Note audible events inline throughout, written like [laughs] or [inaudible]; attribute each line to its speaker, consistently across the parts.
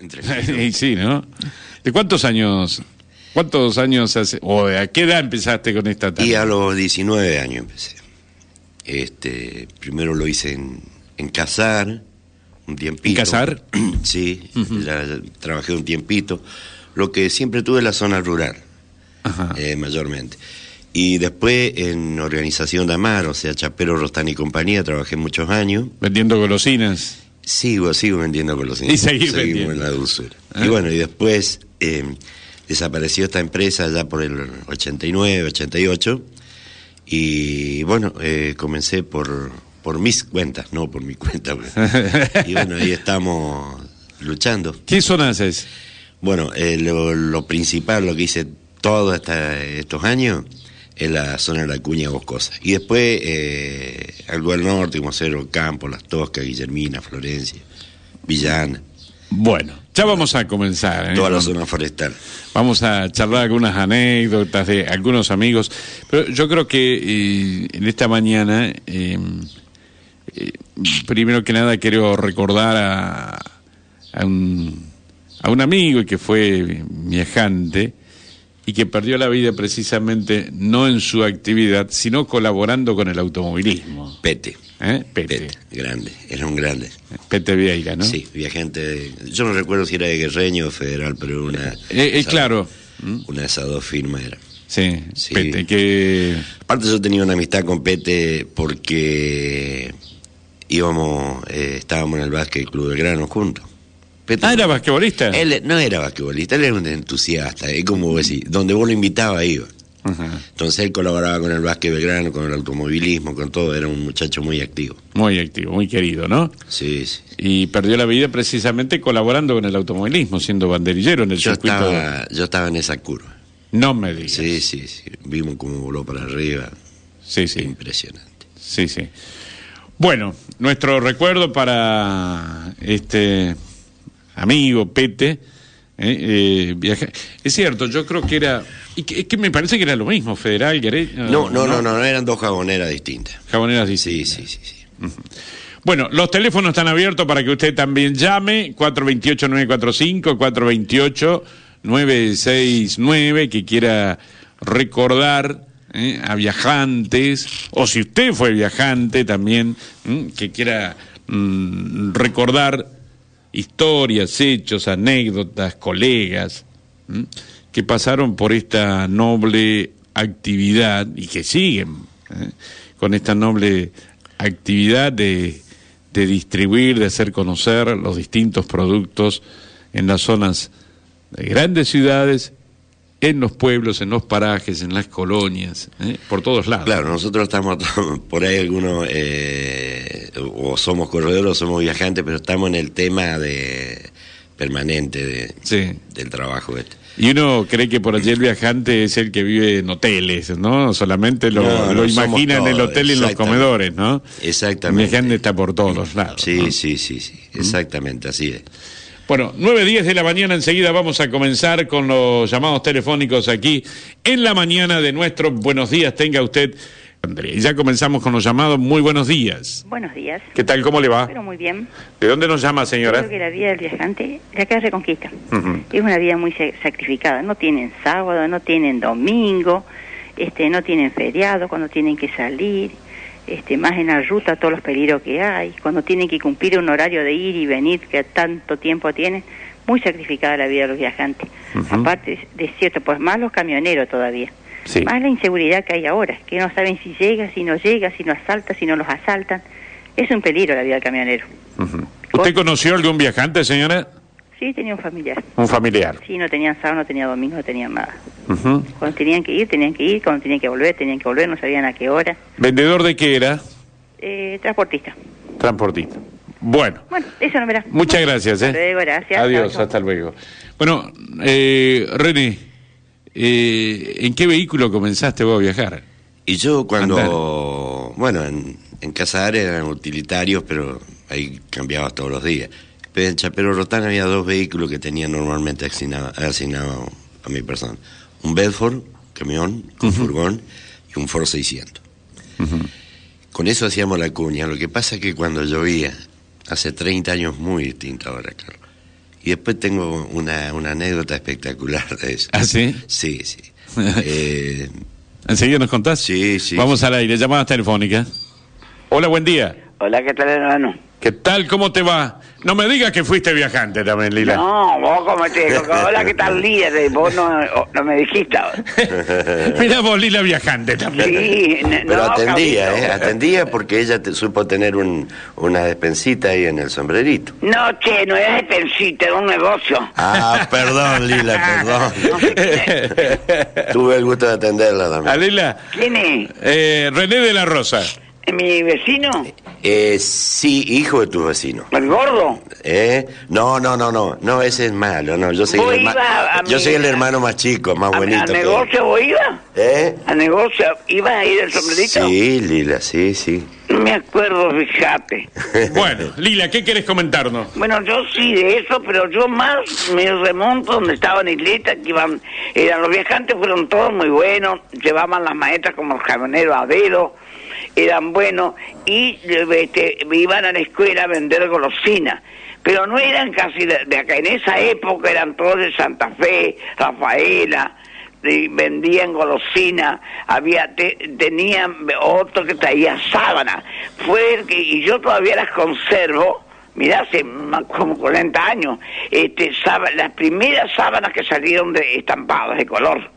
Speaker 1: entre
Speaker 2: [laughs] Y sí, ¿no? ¿De cuántos años? ¿Cuántos años hace? ¿O de a qué edad empezaste con esta
Speaker 1: Y
Speaker 2: tarea?
Speaker 1: a los 19 años empecé. Este, primero lo hice en, en Cazar, un tiempito.
Speaker 2: ¿En Cazar?
Speaker 1: [clears throat] Sí, la- trabajé un tiempito. Lo que siempre tuve en la zona rural,
Speaker 2: Ajá.
Speaker 1: eh, mayormente. Y después en Organización de Amar, o sea, Chapero, Rostán y compañía, trabajé muchos años.
Speaker 2: Vendiendo golosinas.
Speaker 1: Sigo, sigo vendiendo golosinas.
Speaker 2: Y seguís vendiendo.
Speaker 1: en la dulzura.
Speaker 2: Ah.
Speaker 1: Y bueno, y después eh, desapareció esta empresa ya por el 89, 88. Y bueno, eh, comencé por, por mis cuentas, no por mi cuenta.
Speaker 2: [laughs]
Speaker 1: pues. y bueno, ahí estamos luchando.
Speaker 2: ¿Qué zona haces?
Speaker 1: Bueno, eh, lo, lo principal, lo que hice todos hasta estos años, es la zona de la cuña boscosa. Y después eh, algo al norte, como Cerro Campo, Las Toscas, Guillermina, Florencia, Villana,
Speaker 2: Bueno, ya vamos a comenzar. ¿eh?
Speaker 1: toda la zona forestal.
Speaker 2: Vamos a charlar algunas anécdotas de algunos amigos, pero yo creo que eh, en esta mañana, eh, eh, primero que nada quiero recordar a, a un, a un amigo que fue viajante y que perdió la vida precisamente no en su actividad, sino colaborando con el automovilismo.
Speaker 1: Pete,
Speaker 2: ¿eh? Pete,
Speaker 1: Pete, grande, era un grande.
Speaker 2: Pete Vieira, ¿no?
Speaker 1: Sí, viajante, de- yo no recuerdo si era de Guerreño o Federal, pero una...
Speaker 2: Eh, eh,
Speaker 1: esa-
Speaker 2: claro,
Speaker 1: Una de esas dos firmas era.
Speaker 2: sí,
Speaker 1: Sí.
Speaker 2: Pete, que...
Speaker 1: Aparte yo tenía una amistad con Pete porque íbamos, eh, estábamos en el básquet Club Belgrano juntos. Pete,
Speaker 2: Ah, era basquetbolista.
Speaker 1: él no era basquetbolista, él era un entusiasta, es como vos decís, donde vos lo invitabas iba.
Speaker 2: Ajá.
Speaker 1: Entonces él colaboraba con el básquet Belgrano, con el automovilismo, con todo, era un muchacho muy activo.
Speaker 2: Muy activo, muy querido, ¿no?
Speaker 1: Sí, sí.
Speaker 2: Y perdió la vida precisamente colaborando con el automovilismo, siendo banderillero en el
Speaker 1: Yo
Speaker 2: circuito.
Speaker 1: estaba, yo estaba en esa curva.
Speaker 2: No me digas.
Speaker 1: Sí, sí, sí. Vimos cómo voló para arriba.
Speaker 2: sí, sí,
Speaker 1: Impresionante.
Speaker 2: sí, sí. Bueno, nuestro recuerdo para este amigo Pete. eh, eh, viaja- Es cierto, yo creo que era. y que- Es que me parece que era lo mismo, federal, Guerre-
Speaker 1: No, no, no, no, no, eran dos jaboneras distintas.
Speaker 2: Jaboneras dice.
Speaker 1: Sí, sí, sí, sí.
Speaker 2: Bueno, los teléfonos están abiertos para que usted también llame, 428-945, 428-969, que quiera recordar ¿eh? a viajantes, o si usted fue viajante también, ¿m? que quiera mm, recordar historias, hechos, anécdotas, colegas, ¿m? que pasaron por esta noble actividad y que siguen ¿eh? con esta noble actividad de, de distribuir, de hacer conocer los distintos productos en las zonas de grandes ciudades, en los pueblos, en los parajes, en las colonias, ¿eh? por todos lados.
Speaker 1: Claro, nosotros estamos por ahí algunos, eh, o somos corredores o somos viajantes, pero estamos en el tema de permanente de-
Speaker 2: Sí.
Speaker 1: del trabajo este.
Speaker 2: Y uno cree que por allí el viajante es el que vive en hoteles, ¿no? Solamente lo,
Speaker 1: No,
Speaker 2: lo
Speaker 1: no,
Speaker 2: imagina
Speaker 1: somos
Speaker 2: en el
Speaker 1: todos,
Speaker 2: hotel y en los
Speaker 1: exactamente.
Speaker 2: comedores, ¿no?
Speaker 1: Exactamente.
Speaker 2: El viajante está por todos los lados.
Speaker 1: Sí,
Speaker 2: ¿no? ¿Mm?
Speaker 1: sí, sí, sí, exactamente, así es.
Speaker 2: Bueno, 9.10 de la mañana, enseguida vamos a comenzar con los llamados telefónicos aquí en la mañana de nuestro Buenos Días, tenga usted, Andrea. Y Ya comenzamos con los llamados, muy buenos días.
Speaker 3: Buenos días.
Speaker 2: ¿Qué tal, cómo le va?
Speaker 3: Pero muy bien.
Speaker 2: ¿De dónde nos llama, señora?
Speaker 3: Creo que la vida del viajante de acá es Reconquista.
Speaker 2: Ujú.
Speaker 3: Es una vida muy se- sacrificada. No tienen sábado, no tienen domingo, este, no tienen feriado cuando tienen que salir, este, más en la ruta todos los peligros que hay, cuando tienen que cumplir un horario de ir y venir que tanto tiempo tienen. Muy sacrificada la vida de los viajantes. Aparte de cierto, pues más los camioneros todavía.
Speaker 2: Sí.
Speaker 3: Más la inseguridad que hay ahora, que no saben si llega, si no llega, si no asalta, si no los asaltan. Es un peligro la vida del camionero.
Speaker 2: ¿Usted conoció algún viajante, señora?
Speaker 3: Sí, tenía un familiar.
Speaker 2: Un familiar.
Speaker 3: Sí, no tenían sábado, no tenían domingo, no tenían nada. Cuando tenían que ir, tenían que ir. Cuando tenían que volver, tenían que volver. No sabían a qué hora.
Speaker 2: ¿Vendedor de qué era?
Speaker 3: Eh, transportista.
Speaker 2: Transportista. Bueno.
Speaker 3: Bueno, eso no verá.
Speaker 2: Muchas gracias. ¿eh?
Speaker 3: Hasta luego, gracias.
Speaker 2: Adiós, hasta luego. Bueno, eh, René, eh, ¿en qué vehículo comenzaste vos a viajar?
Speaker 1: Y yo cuando, bueno, en, en Casar eran utilitarios, pero ahí cambiabas todos los días. Pero en Chapero Rotán había dos vehículos que tenía normalmente asignado, asignado a mi persona. Un Bedford, camión, con furgón, y un Ford 600. Con eso hacíamos la cuña. Lo que pasa es que cuando llovía, hace 30 años muy distinto ahora, claro. Y después tengo una, una anécdota espectacular de eso.
Speaker 2: ¿Ah, sí?
Speaker 1: [laughs] Sí, sí. Eh, [laughs]
Speaker 2: Enseguida nos contás.
Speaker 1: Sí, sí,
Speaker 2: Vamos al aire, llamadas telefónicas. Hola, buen día.
Speaker 4: Hola, ¿qué tal, hermano?
Speaker 2: ¿Qué tal? ¿Cómo te va? No me digas que fuiste viajante también, Lila.
Speaker 4: No, vos como te... Hola, ¿qué tal, líder? Vos no, o- no me dijiste.
Speaker 2: [laughs] Mira vos, Lila, viajante también.
Speaker 4: Sí, n-
Speaker 1: Pero
Speaker 4: no,
Speaker 1: atendía,
Speaker 4: Cabrito.
Speaker 1: ¿eh? Atendía porque ella te- supo tener un- una despensita ahí en el sombrerito.
Speaker 4: No, che, no es despensita, es un negocio. [laughs]
Speaker 1: Ah, perdón, Lila, perdón.
Speaker 2: a
Speaker 1: Tuve el gusto de atenderla también.
Speaker 2: Lila,
Speaker 4: ¿Quién es?
Speaker 2: eh, René de la Rosa.
Speaker 4: ¿Mi vecino?
Speaker 1: Eh, sí, hijo de tu vecino.
Speaker 4: ¿El gordo?
Speaker 1: ¿Eh? No, no, no, no, no, ese es malo, no, yo soy,
Speaker 4: Vos
Speaker 1: el, herma-
Speaker 4: ibas a mi-
Speaker 1: yo soy el hermano más chico, más
Speaker 4: ¿A-
Speaker 1: bonito.
Speaker 4: ¿Al
Speaker 1: que-
Speaker 4: negocio vos ibas?
Speaker 1: ¿Eh?
Speaker 4: ¿Al negocio ibas a ir el sombrerito?
Speaker 1: Sí, Lila, sí, sí.
Speaker 4: No me acuerdo, fíjate.
Speaker 1: [laughs]
Speaker 2: Bueno, Lila, ¿qué querés comentarnos?
Speaker 4: Bueno, yo sí de eso, pero yo más me remonto donde estaban isletas, que iban, eran los viajantes, fueron todos muy buenos, llevaban las maestras como el camionero a dedo, eran buenos, y eh, este, iban a la escuela a vender golosinas. Pero no eran casi de, de acá, en esa época eran todos de Santa Fe, Rafaela, y vendían golosina, había te- tenían otro que traía sábana, fue el que, y yo todavía las conservo, mirá, hace ma- como 40 años, este, sába- las primeras sábanas que salieron de estampadas de color.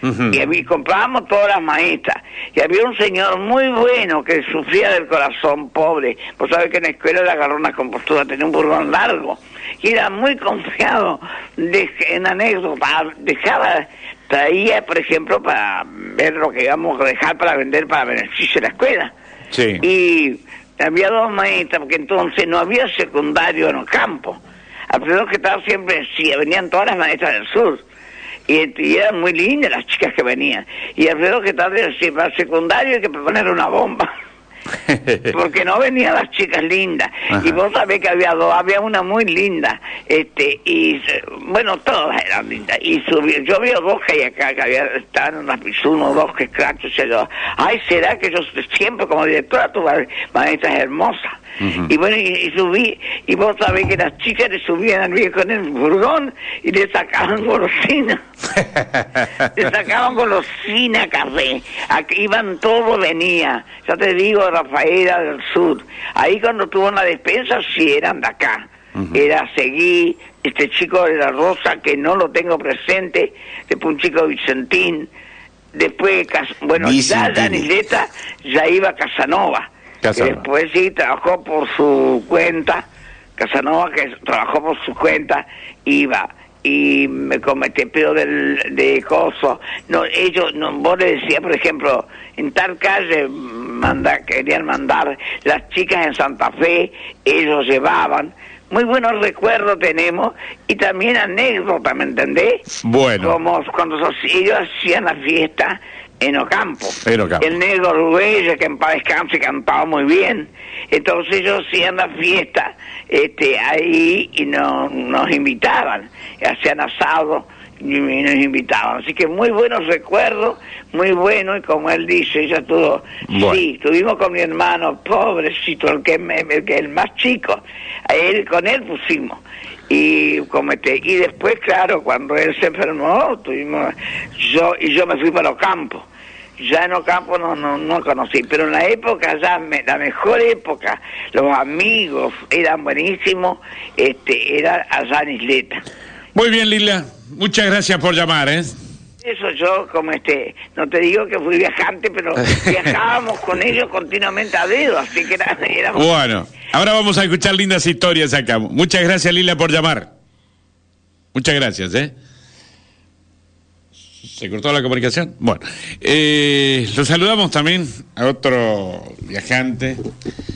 Speaker 5: Hmm.
Speaker 4: Y habí- comprábamos todas las maestras. Y había un señor muy bueno que sufría del corazón pobre. Vos sabés que en la escuela le agarró una compostura, tenía un burgón largo. Y era muy confiado de- en anécdota. Dejaba, traía, por ejemplo, para ver lo que íbamos a dejar para vender para beneficio de la escuela.
Speaker 2: Sí.
Speaker 4: Y había dos maestras, porque entonces no había secundario en los campos. Alfredo que estaba siempre, sí, venían todas las maestras del sur. Y, y eran muy lindas las chicas que venían. Y Alfredo que estaba decía, para el secundario hay que poner una bomba. Porque no venían las chicas lindas. Y vos sabés que había dos, había una muy linda. este Y se- bueno, todas eran lindas. Y subió, yo vi dos que hay acá, que había, estaban unas uno, dos que crachos. y yo, Ay, será que yo siempre como directora tuve maestras hermosas. Y bueno, y, y subí, y vos sabés que las chicas le subían al viejo en el furgón y le sacaban golosinas. Le sacaban golosina, café. Aquí iban todo, venía. Ya te digo, Rafaela del Sur. Ahí cuando tuvo una despensa, sí eran de acá. Era Seguí, este chico de la Rosa, que no lo tengo presente, después un chico Vicentín, después, Cas- bueno, ya
Speaker 1: Vicentini.
Speaker 4: Danileta ya iba a Casanova.
Speaker 2: Casanova.
Speaker 4: Que después sí trabajó por su cuenta, Casanova que trabajó por su cuenta, iba y me cometí pero del, de coso no ellos no vos le decías por ejemplo en tal calle manda querían mandar las chicas en Santa Fe ellos llevaban muy buenos recuerdos tenemos y también anécdotas me entendés
Speaker 2: Bueno.
Speaker 4: como cuando sos- ellos hacían la fiesta en Ocampo
Speaker 2: En Ocampo.
Speaker 4: el negro Rubella, que en paz descanse, cantaba muy bien. Entonces ellos hacían la fiesta este, ahí y no, nos invitaban, hacían asado y, y nos invitaban. Así que muy buenos recuerdos, muy bueno, y como él dice, ella tuvo,
Speaker 2: Bueno.
Speaker 4: sí, estuvimos con mi hermano, pobrecito, el que, me- el que el más chico, a él con él pusimos. Y como este- y después, claro, cuando él se enfermó, tuvimos, yo y yo me fui para los campos. Ya en Ocampo no, no, no conocí, pero en la época, ya me- la mejor época, los amigos eran buenísimos, este, era allá en Isleta.
Speaker 2: Muy bien, Lila. Muchas gracias por llamar, ¿eh?
Speaker 4: Eso yo, como este, no te digo que fui viajante, pero viajábamos con ellos continuamente a dedo, así que era,
Speaker 2: [laughs]
Speaker 4: éramos
Speaker 2: Bueno, ahora vamos a escuchar lindas historias acá. Muchas gracias, Lila, por llamar. Muchas gracias, ¿eh? ¿Se cortó la comunicación? Bueno, eh, lo saludamos también a otro viajante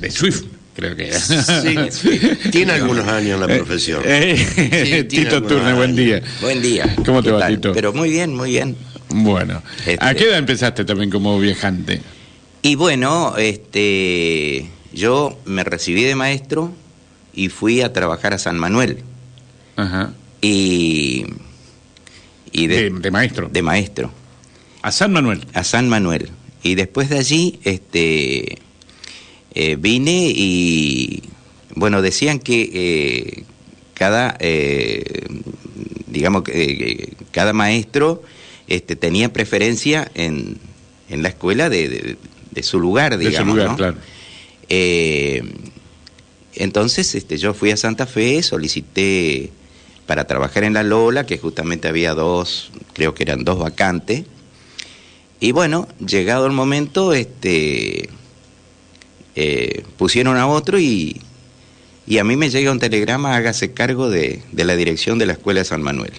Speaker 2: de Swift, creo que era.
Speaker 1: Sí, tiene algunos años en la profesión.
Speaker 2: [laughs] Eh, [laughs] eh,
Speaker 6: Sí, tiene
Speaker 2: Tito
Speaker 6: algunos
Speaker 2: Turner, buen
Speaker 6: años.
Speaker 2: día.
Speaker 6: Buen día.
Speaker 2: ¿Cómo te
Speaker 6: ¿Qué
Speaker 2: va,
Speaker 6: tal?
Speaker 2: Tito?
Speaker 6: Pero muy bien, muy bien.
Speaker 2: Bueno, ¿a
Speaker 6: Este-
Speaker 2: qué edad empezaste también como viajante?
Speaker 6: Y bueno, este, yo me recibí de maestro y fui a trabajar a San Manuel.
Speaker 2: Ajá.
Speaker 6: Y, y
Speaker 2: De,
Speaker 6: de,
Speaker 2: de maestro.
Speaker 6: de maestro,
Speaker 2: A San Manuel.
Speaker 6: a San Manuel. Y después de allí este, eh, vine y, bueno, decían que eh, cada, eh, digamos, que cada maestro este, tenía preferencia en, en la escuela de, de, de su lugar,
Speaker 2: De
Speaker 6: digamos.
Speaker 2: su lugar,
Speaker 6: ¿no?
Speaker 2: claro.
Speaker 6: Eh, entonces este, yo fui a Santa Fe, solicité para trabajar en la Lola, que justamente había dos, creo que eran dos vacantes. Y bueno, llegado el momento, este, eh, pusieron a otro y, y a mí me llega un telegrama, hágase cargo de, de la dirección de la Escuela de San Manuel.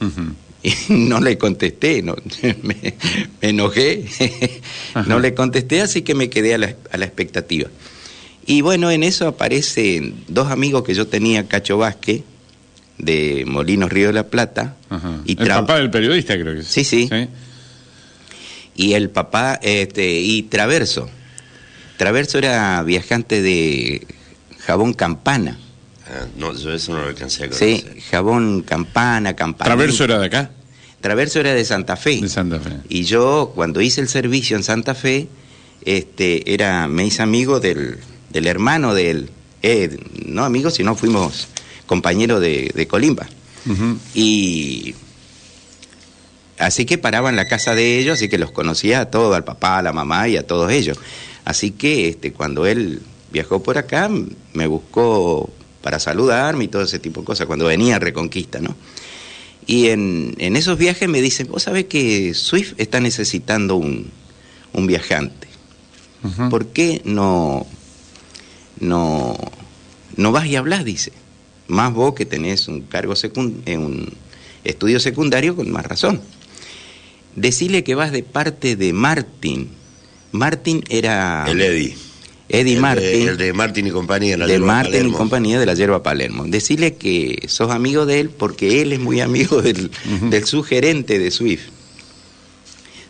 Speaker 2: Ujú.
Speaker 6: Y [laughs] no le contesté, no, [laughs] me, me enojé, [laughs]
Speaker 2: Ajá.
Speaker 6: no le contesté, así que me quedé a la, a la expectativa. Y bueno, en eso aparecen dos amigos que yo tenía, Cacho Vázquez, de Molinos Río de la Plata,
Speaker 2: Ajá.
Speaker 6: y,
Speaker 2: el
Speaker 6: Tra-
Speaker 2: papá del periodista, creo que es.
Speaker 6: Sí, sí. y el papá, este, y Traverso. Traverso era viajante de jabón campana,
Speaker 1: Ah, no, yo eso no lo alcancé a
Speaker 6: ¿sí?
Speaker 1: conocer.
Speaker 6: Jabón campana, campana.
Speaker 2: Traverso era de acá,
Speaker 6: Traverso era de Santa Fe.
Speaker 2: de Santa Fe.
Speaker 6: Y yo, cuando hice el servicio en Santa Fe, este, era, me hice amigo del, del hermano de él. Eh, no amigos, sino fuimos compañeros de, de Colimba.
Speaker 1: Eh,
Speaker 2: Ujú.
Speaker 6: Y así que paraba en la casa de ellos, así que los conocía a todos, al papá, a la mamá y a todos ellos. Así que este, cuando él viajó por acá, me buscó para saludarme y todo ese tipo de cosas, cuando venía a Reconquista, ¿no? Y en, en esos viajes me dicen, vos sabés que Swift está necesitando un, un viajante.
Speaker 2: Ujú.
Speaker 6: ¿Por qué no, no, no vas y hablas? Dice. Más vos que tenés un cargo secun- eh, un estudio secundario con más razón. Decirle que vas de parte de Martin. Martin era
Speaker 1: El Eddie.
Speaker 6: Eddie
Speaker 1: El de-
Speaker 6: Martin
Speaker 1: el de Martin y compañía. en la
Speaker 6: de
Speaker 1: Yerba
Speaker 6: Marten
Speaker 1: Palermo.
Speaker 6: y compañía de la Yerba Palermo. Decirle que sos amigo de él porque él es muy amigo del, del sugerente de Swift.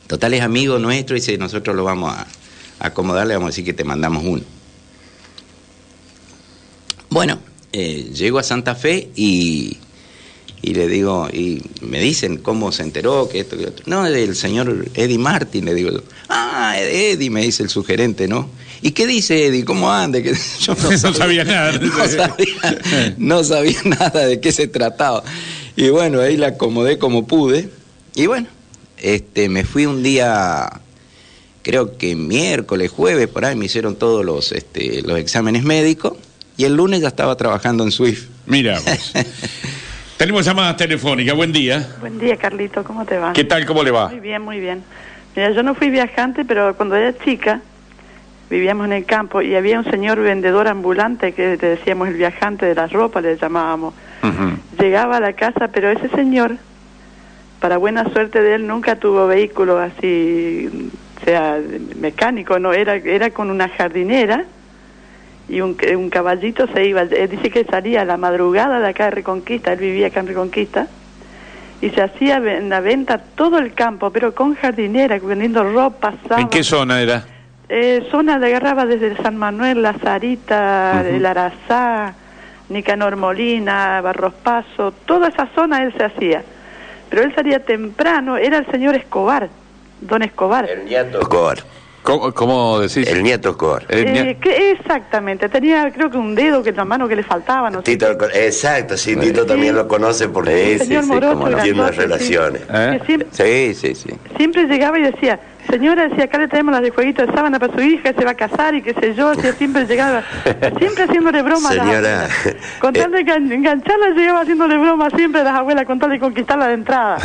Speaker 6: Total es amigo nuestro y dice, nosotros lo vamos a a acomodar, le vamos a decir que te mandamos uno. Bueno, eh, llego a Santa Fe y, y le digo, y me dicen cómo se enteró, que esto, que lo otro. No, del señor Eddie Martin, le digo yo. Ah, Eddie, me dice el sugerente, ¿no? ¿Y qué dice Eddie? ¿Cómo anda? Que [laughs] yo
Speaker 2: [laughs] No sabía
Speaker 6: [laughs]
Speaker 2: nada.
Speaker 6: No
Speaker 2: [laughs]
Speaker 6: sabía, no sabía nada de qué se trataba. Y bueno, ahí la acomodé como pude. Y bueno, este, me fui un día creo que miércoles, jueves, por ahí me hicieron todos los, este, los exámenes médicos y el lunes ya estaba trabajando en Swift. [laughs]
Speaker 2: Mira, vos. tenemos llamadas telefónicas. Buen día.
Speaker 7: Buen día, Carlito, ¿cómo te va?
Speaker 2: ¿Qué tal? ¿Cómo le va?
Speaker 7: Muy bien, muy bien. Mira, yo no fui viajante, pero cuando era chica vivíamos en el campo y había un señor vendedor ambulante que le decíamos el viajante de las ropas, le llamábamos.
Speaker 2: Ujú.
Speaker 7: Llegaba a la casa, pero ese señor, para buena suerte de él, nunca tuvo vehículo así, sea mecánico, no, era, era con una jardinera y un, un caballito se iba. Él dice que salía a la madrugada de acá de Reconquista, él vivía acá en Reconquista, y se hacía ve- en la venta todo el campo, pero con jardinera, vendiendo ropa, sábanas.
Speaker 2: ¿En qué zona era?
Speaker 7: Eh, zona de agarraba desde San Manuel, La Sarita, El Arazá, Nicanor Molina, Barros Paso, toda esa zona él se hacía. Pero él salía temprano, era el señor Escobar, don Escobar.
Speaker 1: Eh, nieto Escobar.
Speaker 2: ¿Cómo, cómo decís?
Speaker 1: El nieto Escobar.
Speaker 2: Eh,
Speaker 7: Eh,
Speaker 2: mia-
Speaker 7: ¿qué- exactamente, tenía creo que un dedo, que la mano que le faltaba, no sé.
Speaker 1: Tito, lo con- exacto, sí, Tito
Speaker 7: Sí.
Speaker 1: también lo conoce porque
Speaker 7: El señor Morocho,
Speaker 1: tiene unas
Speaker 7: grandote, sí.
Speaker 1: relaciones.
Speaker 2: ¿Eh?
Speaker 7: Que siempre,
Speaker 6: Sí, sí, sí.
Speaker 7: siempre llegaba y decía, señora, decía, acá le traemos las de jueguito de sábana para su hija, se va a casar y qué sé yo, hacía siempre llegaba, siempre haciéndole bromas.
Speaker 1: Señora,
Speaker 7: Con
Speaker 1: Eh,
Speaker 7: tal de engan- engancharla, llegaba haciéndole bromas siempre a las abuelas, con tal de conquistarla de
Speaker 1: [laughs]
Speaker 7: entrada.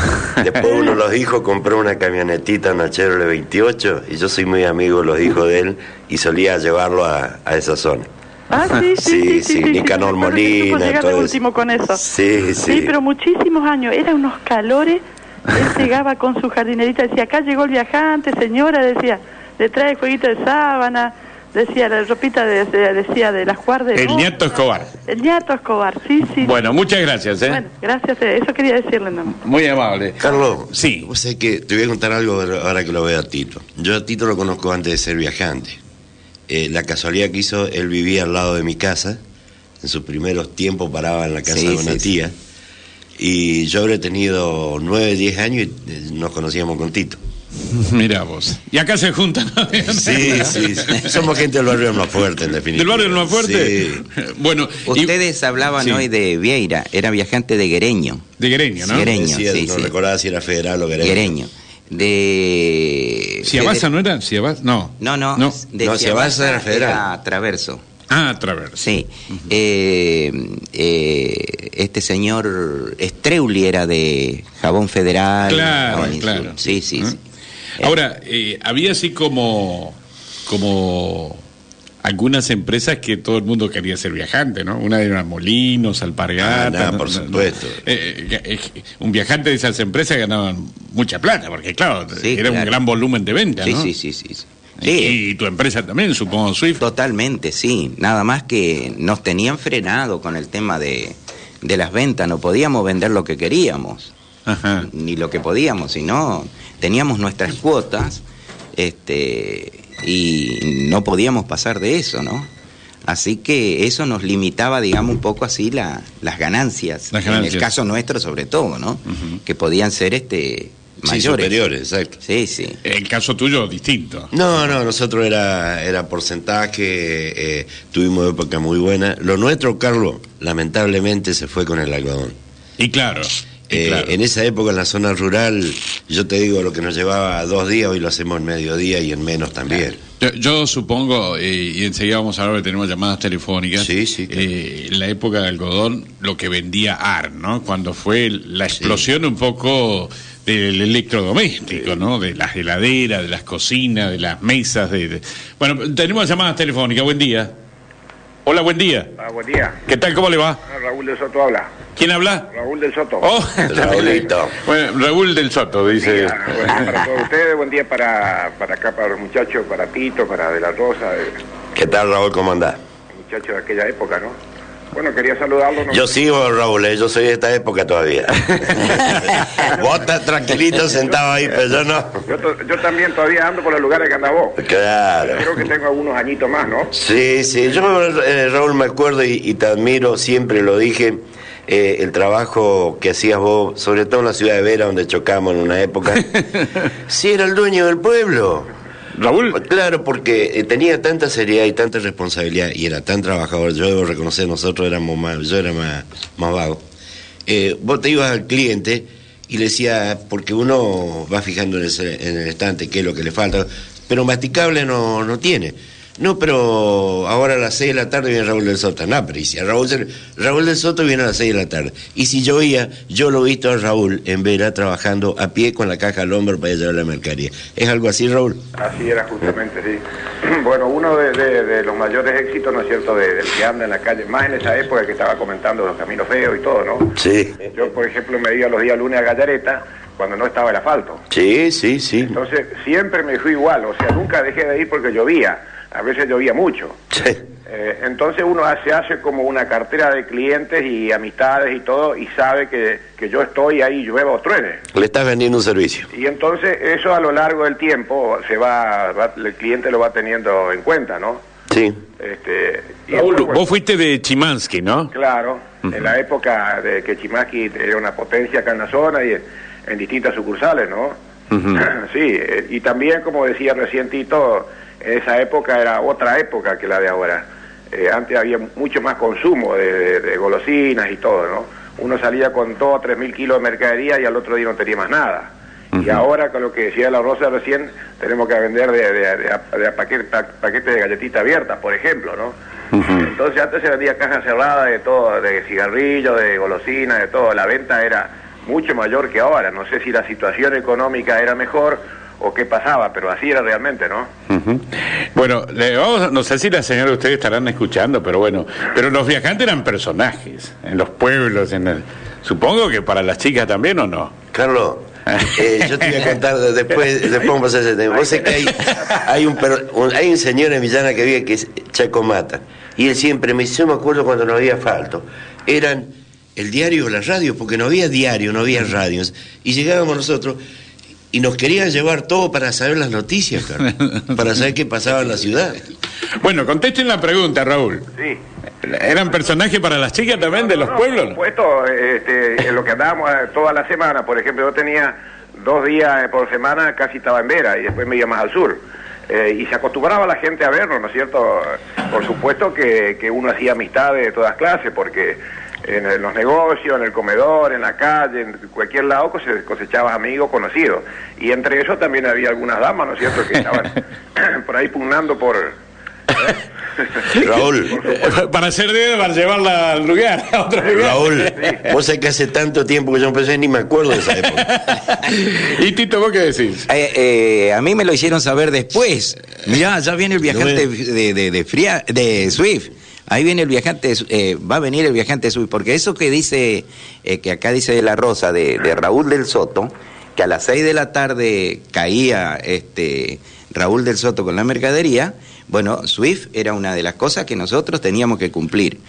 Speaker 1: Después uno de los hijos compró una camionetita, una Chevrolet 28, y yo soy muy amigo de los hijos de él y solía llevarlo a, a esa zona.
Speaker 7: Ah, sí, sí,
Speaker 1: Sí,
Speaker 7: sí.
Speaker 1: sí,
Speaker 7: sí, sí, sí,
Speaker 1: Nicanor
Speaker 7: me acuerdo que supo
Speaker 1: Molina,
Speaker 7: llegar de
Speaker 1: todo eso.
Speaker 7: último con eso.
Speaker 1: Sí, sí.
Speaker 7: Sí, pero muchísimos años. Eran unos calores. Él
Speaker 1: [laughs]
Speaker 7: llegaba con su jardinerita, decía, acá llegó el viajante, señora, decía, le trae jueguito de sábana, decía, la ropita, de- de- decía, de las guardias.
Speaker 2: El nieto Escobar.
Speaker 7: El ñato Escobar, sí, sí.
Speaker 2: Bueno, muchas gracias. ¿eh?
Speaker 7: Bueno, gracias, eh, eso quería decirle nomás.
Speaker 2: Muy amable.
Speaker 1: Carlos,
Speaker 2: Sí.
Speaker 1: vos sabés que te voy a contar algo ahora que lo veo a Tito. Yo a Tito lo conozco antes de ser viajante. Eh, la casualidad que hizo, él vivía al lado de mi casa. En sus primeros tiempos paraba en la casa
Speaker 6: Sí,
Speaker 1: de una
Speaker 6: sí, sí.
Speaker 1: tía.
Speaker 2: [laughs]
Speaker 1: Y yo habré tenido nueve, diez años y eh, nos conocíamos con Tito.
Speaker 2: Mira vos. Y acá se juntan.
Speaker 1: Sí, sí,
Speaker 2: [laughs]
Speaker 1: sí. Somos gente del barrio del más fuerte, en definitiva.
Speaker 2: ¿Del barrio del más fuerte?
Speaker 1: Sí.
Speaker 2: [laughs] Bueno, y-
Speaker 6: Ustedes hablaban
Speaker 2: Sí.
Speaker 6: hoy de Vieira, era viajante de Guereño.
Speaker 2: de Greño, ¿no?
Speaker 6: Sí, Guereño,
Speaker 1: Decía,
Speaker 6: sí,
Speaker 1: no
Speaker 6: sí.
Speaker 1: recordaba si era federal o guereño.
Speaker 6: Guereño. De.
Speaker 2: Si Abasa no era, si Abasa, no.
Speaker 6: No, no,
Speaker 2: no.
Speaker 6: de
Speaker 1: No, Ciabasa era federal.
Speaker 6: era Traverso.
Speaker 2: Ah, Travers.
Speaker 6: Sí. Eh, eh, este señor Streuli era de Jabón Federal.
Speaker 2: Claro,
Speaker 6: Jabón Insur.
Speaker 2: claro.
Speaker 6: Sí, sí,
Speaker 2: ¿Eh?
Speaker 6: sí.
Speaker 2: Ahora, eh, había así como, como algunas empresas que todo el mundo quería ser viajante, ¿no? Una era Molinos, Alpargata.
Speaker 1: Ah, no, por supuesto.
Speaker 2: Eh, eh, eh, un viajante de esas empresas ganaban mucha plata, porque claro,
Speaker 6: Sí,
Speaker 2: era un
Speaker 6: claro.
Speaker 2: gran volumen de venta,
Speaker 6: Sí,
Speaker 2: ¿no? Eh,
Speaker 6: sí, sí, sí. sí. Sí,
Speaker 2: Y, y tu empresa también, supongo, Swift.
Speaker 6: Totalmente, sí. Nada más que nos tenían frenado con el tema de, de las ventas. No podíamos vender lo que queríamos,
Speaker 2: Ajá.
Speaker 6: ni lo que podíamos, sino teníamos nuestras cuotas este, y no podíamos pasar de eso, ¿no? Así que eso nos limitaba, digamos, un poco así la- las, ganancias,
Speaker 2: Las ganancias.
Speaker 6: En el caso nuestro, sobre todo, ¿no?
Speaker 2: Ujú.
Speaker 6: Que podían ser este,
Speaker 1: Sí,
Speaker 6: mayores.
Speaker 1: superiores, exacto.
Speaker 6: sí, sí.
Speaker 2: El caso tuyo, distinto.
Speaker 1: No, no, nosotros era, era porcentaje, eh, tuvimos época muy buena. Lo nuestro, Carlos, lamentablemente se fue con el algodón.
Speaker 2: Y claro. y
Speaker 1: Eh,
Speaker 2: claro.
Speaker 1: En esa época, en la zona rural, yo te digo, lo que nos llevaba dos días, hoy lo hacemos en mediodía y en menos también.
Speaker 2: Yo, yo supongo, eh, y enseguida vamos a hablar, porque tenemos llamadas telefónicas.
Speaker 1: Sí, sí, claro.
Speaker 2: Eh, la época de algodón, lo que vendía AR, ¿no? Cuando fue la explosión un poco del electrodoméstico, ¿no? De las heladeras, de las cocinas, de las mesas. De, de- Bueno, tenemos llamadas telefónicas. Buen día. Hola, buen día.
Speaker 8: Ah, buen día.
Speaker 2: ¿Qué tal? ¿Cómo le va?
Speaker 8: Ah, Raúl del Soto habla.
Speaker 2: ¿Quién habla?
Speaker 8: Raúl del Soto.
Speaker 2: Oh, [laughs]
Speaker 1: Raulito.
Speaker 2: bueno, Raúl del Soto, dice.
Speaker 8: Ah, buen día para todos ustedes, buen día para, para acá, para los muchachos, para Tito, para De La Rosa, eh,
Speaker 1: ¿Qué tal, Raúl? ¿Cómo andás?
Speaker 8: muchachos de aquella época, ¿no? Bueno, quería saludarlos. ¿no?
Speaker 1: Yo sigo, Raúl, eh, yo soy de esta época [laughs] todavía. Vos estás tranquilito sentado ahí, pero yo no.
Speaker 8: Yo, to- yo también todavía ando por los lugares que andás vos.
Speaker 1: Claro.
Speaker 8: Creo que tengo algunos añitos más, ¿no?
Speaker 1: Sí, sí, yo eh, Raúl me acuerdo y, y te admiro, siempre lo dije, eh, el trabajo que hacías vos, sobre todo en la ciudad de Vera, donde chocamos en una época. sí, era el dueño del pueblo.
Speaker 2: Raúl.
Speaker 1: Claro, porque eh, tenía tanta seriedad y tanta responsabilidad y era tan trabajador. Yo debo reconocer, nosotros éramos más, yo era más, más vago. Eh, vos te ibas al cliente y le decía, porque uno va fijando en el, ce- en el estante qué es lo que le falta, pero masticable no, no tiene. No, pero ahora a las 6 de la tarde viene Raúl del Soto. No, pero y si a Raúl, se- Raúl del Soto viene a las 6 de la tarde. Y si yo iba, yo lo he visto a Raúl en Vera trabajando a pie con la caja al hombro para llevar la mercadería. ¿Es algo así, Raúl?
Speaker 8: Así era justamente, sí. [clears throat] Bueno, uno de, de- de los mayores éxitos, ¿no es cierto?, de- del que anda en la calle, más en esa época que estaba comentando los caminos feos y todo, ¿no?
Speaker 1: Sí.
Speaker 8: Yo, por ejemplo, me iba los días lunes a Gallareta cuando no estaba el asfalto.
Speaker 1: Sí, sí, sí.
Speaker 8: Entonces siempre me fui igual, o sea, nunca dejé de ir porque llovía, a veces llovía mucho. Eh, entonces uno se hace como una cartera de clientes y amistades y todo y sabe que, que yo estoy ahí, llueva o truene.
Speaker 1: Le estás vendiendo un servicio.
Speaker 8: Y entonces eso a lo largo del tiempo se va, va- el cliente lo va teniendo en cuenta, ¿no?
Speaker 1: Sí.
Speaker 8: Este, y
Speaker 2: Raúl,
Speaker 8: después, bueno,
Speaker 2: vos fuiste de Chimansky, ¿no?
Speaker 8: Claro, en la época de que Chimaski era una potencia acá en la zona y en, en distintas sucursales, ¿no? [laughs] Sí, eh, y también, como decía recién Tito, esa época era otra época que la de ahora. Eh, antes había mucho más consumo de, de- de golosinas y todo, ¿no? Uno salía con dos o tres mil kilos de mercadería y al otro día no tenía más nada. Y ahora, con lo que decía la Rosa recién, tenemos que vender de, de- de a- de a paquete- pa- paquetes de galletitas abiertas, por ejemplo, ¿no? Entonces antes se vendía caja cerrada de todo, de cigarrillos, de golosinas, de todo. La venta era mucho mayor que ahora. No sé si la situación económica era mejor o qué pasaba, pero así era realmente, ¿no?
Speaker 2: Bueno, le vamos a- no sé si la señora ustedes estarán escuchando, pero bueno, pero los viajantes eran personajes en los pueblos, en el, supongo que para las chicas también o no.
Speaker 1: Carlos, eh, yo te voy a contar de- después, después vamos a hacer ese tema. Vos sé que hay, hay, un, per- un- hay un señor en Villana que vive que es Chacomata. Y él siempre me dice, yo me acuerdo cuando no había asfalto. Eran el diario o las radios, porque no había diario, no había radios. Y llegábamos nosotros y nos querían llevar todo para saber las noticias, Carlos. Para saber qué pasaba en la ciudad.
Speaker 2: Bueno, contesten la pregunta, Raúl.
Speaker 8: Sí.
Speaker 2: Eran personajes para las chicas también de los
Speaker 8: No,
Speaker 2: pueblos.
Speaker 8: Por supuesto, este, en lo que andábamos eh, toda la semana, por ejemplo, yo tenía dos días eh, por semana casi estaba en Vera y después me iba más al sur. Eh, y se acostumbraba la gente a vernos, ¿no es cierto? Por supuesto que, que uno hacía amistades de todas clases, porque en, en los negocios, en el comedor, en la calle, en cualquier lado cose- cosechabas amigos conocidos. Y entre ellos también había algunas damas, ¿no es cierto?, que
Speaker 2: [laughs]
Speaker 8: estaban por ahí pugnando por...
Speaker 1: Raúl,
Speaker 2: [laughs] Para ser de para llevarla al lugar, a otro lugar.
Speaker 1: Raúl, vos sabés que hace tanto tiempo que yo empecé, ni me acuerdo de esa época.
Speaker 2: ¿Y Tito, vos qué decís?
Speaker 6: Eh, eh, a mí me lo hicieron saber después. Mirá, ya viene el viajante de, de, de Fria- de Swift. Ahí viene el viajante, de Su- eh, va a venir el viajante de Swift. Porque eso que dice, eh, que acá dice de la Rosa, de, de Raúl del Soto, que a las 6 de la tarde caía este Raúl del Soto con la mercadería, bueno, Swift era una de las cosas que nosotros teníamos que cumplir.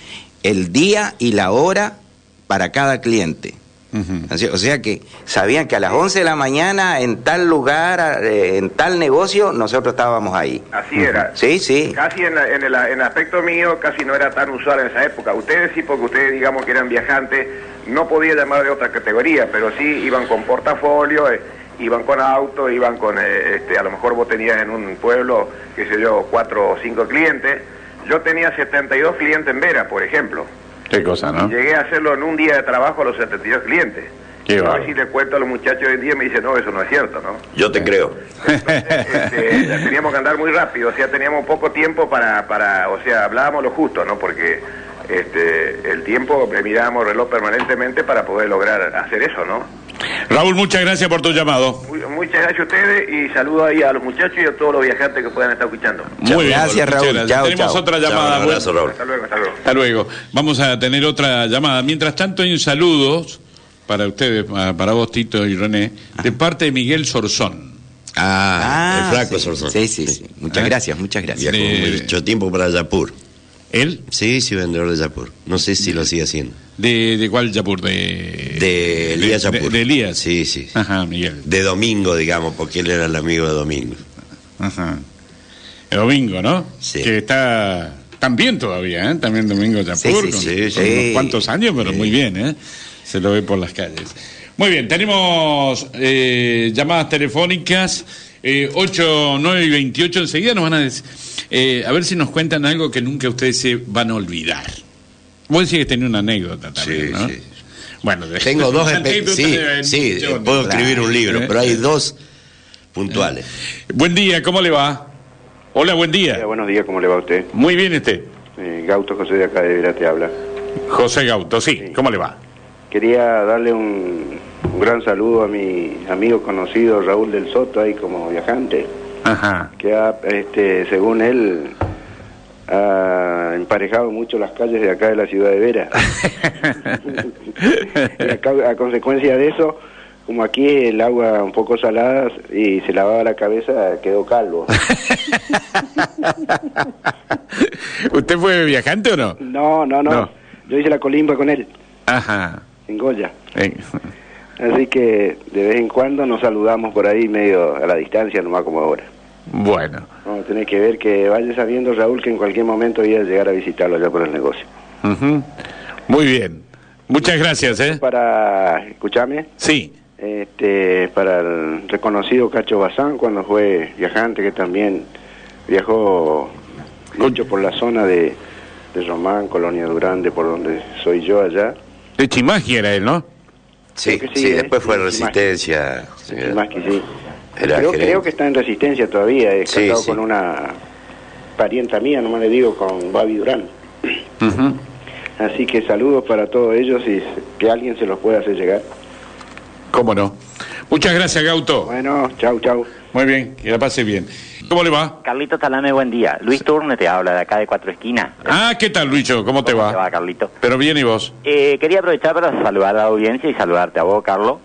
Speaker 6: El día y la hora para cada cliente. Así- O sea que sabían que a las 11 de la mañana en tal lugar, a- eh, en tal negocio, nosotros estábamos ahí.
Speaker 8: Así era.
Speaker 6: Sí, sí.
Speaker 8: Casi en, la- en el, en el aspecto mío, casi no era tan usual en esa época. Ustedes sí, porque ustedes, digamos que eran viajantes, no podía llamar de otra categoría, pero sí iban con portafolio, eh, iban con auto, iban con, eh, este, a lo mejor vos tenías en un pueblo, qué sé yo, cuatro o cinco clientes. Yo tenía 72 clientes en Vera, por ejemplo.
Speaker 2: Qué cosa,
Speaker 8: Y llegué a hacerlo en un día de trabajo a los 72 clientes.
Speaker 2: Ah, Qué
Speaker 8: a
Speaker 2: bárbaro.
Speaker 8: ver
Speaker 2: [laughs]
Speaker 8: si le cuento a los muchachos hoy en día y me dicen, no, eso no es cierto, ¿no?
Speaker 1: Yo te creo.
Speaker 8: Este, teníamos que andar muy rápido, o sea, teníamos poco tiempo para, para o sea, hablábamos lo justo, ¿no? Porque este, el tiempo eh, mirábamos el reloj permanentemente para poder lograr hacer eso, ¿no?
Speaker 2: Raúl, muchas gracias por tu llamado.
Speaker 8: Muy- muchas gracias a ustedes y saludo ahí a los muchachos y a todos los viajantes que puedan estar escuchando.
Speaker 6: Chao, gracias,
Speaker 2: muchas
Speaker 6: Raúl. Chao,
Speaker 2: Tenemos
Speaker 6: chao.
Speaker 2: otra
Speaker 1: Chao, un
Speaker 2: llamada.
Speaker 1: abrazo, Raúl.
Speaker 8: Hasta luego, hasta luego.
Speaker 2: Hasta luego. Vamos a tener otra llamada. Mientras tanto, hay un saludo para ustedes, pa- para vos, Tito y René, de parte de Miguel Sorzón.
Speaker 1: Ah, el flaco
Speaker 6: sí.
Speaker 1: Sorzón.
Speaker 6: Sí, sí, sí. Muchas
Speaker 2: Ah.
Speaker 6: gracias, muchas gracias.
Speaker 1: Viajó
Speaker 2: De-
Speaker 1: mucho tiempo para Yapur.
Speaker 2: ¿Él?
Speaker 1: Sí, sí, vendedor de Yapur. No sé si lo sigue haciendo.
Speaker 2: ¿De, de cuál Yapur? De,
Speaker 1: De Elías
Speaker 2: de- de-
Speaker 1: Yapur.
Speaker 2: de Elías.
Speaker 1: Sí, sí.
Speaker 2: Ajá, Miguel.
Speaker 1: De Domingo, digamos, porque él era el amigo de Domingo.
Speaker 2: Ajá. El domingo, ¿no?
Speaker 1: Sí.
Speaker 2: Que está también todavía, ¿eh? También Domingo Yapur.
Speaker 6: Sí, sí,
Speaker 2: con-
Speaker 1: sí,
Speaker 2: con
Speaker 1: sí.
Speaker 2: unos cuantos años, pero muy bien, ¿eh? [laughs] Se lo ve por las calles. Muy bien, tenemos eh, llamadas telefónicas. eh, 8, 9 y 28. Enseguida nos van a decir. a ver si nos cuentan algo que nunca ustedes se van a olvidar. Vos decís que tenía una anécdota también,
Speaker 1: Sí,
Speaker 2: ¿no?
Speaker 1: sí.
Speaker 2: Bueno, de-
Speaker 1: Tengo dos espe-
Speaker 2: anécdotas
Speaker 1: Sí,
Speaker 2: de-
Speaker 1: sí, eh,
Speaker 2: millones.
Speaker 1: puedo escribir un libro, pero hay dos puntuales.
Speaker 2: eh. Buen día, ¿cómo le va? Hola, buen día.
Speaker 9: Eh, buenos días, ¿cómo le va a usted?
Speaker 2: Muy bien, este.
Speaker 9: Eh, Gauto José de acá de Vera te habla.
Speaker 2: José Gauto, sí, ¿cómo le va?
Speaker 9: Quería darle un, un gran saludo a mi amigo conocido Raúl del Soto, ahí como viajante,
Speaker 2: Ajá.
Speaker 9: que ha, este, según él, ha emparejado mucho las calles de acá de la ciudad de Vera. Y a, cau- a consecuencia de eso, como aquí el agua un poco salada y se lavaba la cabeza, quedó calvo.
Speaker 2: ¿Usted fue viajante o no?
Speaker 9: No, no, no.
Speaker 2: No.
Speaker 9: Yo hice la colimba con él,
Speaker 2: Ajá.
Speaker 9: en Goya.
Speaker 2: Eh,
Speaker 9: Así que de vez en cuando nos saludamos por ahí medio a la distancia, nomás como ahora.
Speaker 2: Bueno.
Speaker 9: Vamos a tener que ver que vaya sabiendo Raúl que en cualquier momento voy a llegar a visitarlo allá por el negocio.
Speaker 2: Ujú. Muy bien. Muchas gracias, ¿eh?
Speaker 9: Para, escuchame,
Speaker 2: Sí.
Speaker 9: este, para el reconocido Cacho Bazán, cuando fue viajante, que también viajó mucho por la zona de, de Román, Colonia Durande, por donde soy yo allá.
Speaker 2: De Chimagi era él, ¿no?
Speaker 1: Sí,
Speaker 9: Creo que
Speaker 1: sí,
Speaker 9: sí, ¿eh?
Speaker 1: después fue
Speaker 9: Sí,
Speaker 1: Resistencia.
Speaker 9: Más que sí.
Speaker 1: Era
Speaker 9: creo,
Speaker 1: gerente.
Speaker 9: creo que está en resistencia todavía, es
Speaker 1: Sí,
Speaker 9: casado
Speaker 1: sí.
Speaker 9: con una parienta mía, nomás le digo, con Babi Durán.
Speaker 2: Ujú.
Speaker 9: Así que saludos para todos ellos y que alguien se los pueda hacer llegar.
Speaker 2: ¿Cómo no? Muchas gracias, Gauto.
Speaker 9: [laughs] Bueno, chau, chau.
Speaker 2: Muy bien, que la pase bien. ¿Cómo le va?
Speaker 10: Carlito Salame, buen día. Luis Turne te habla de acá de Cuatro Esquinas.
Speaker 2: Ah, ¿qué tal, Lucho? ¿Cómo te
Speaker 10: ¿Cómo te
Speaker 2: va?
Speaker 10: va, Carlito?
Speaker 2: Pero bien, ¿y vos?
Speaker 10: Eh, quería aprovechar para saludar a la audiencia y saludarte a vos, Carlos.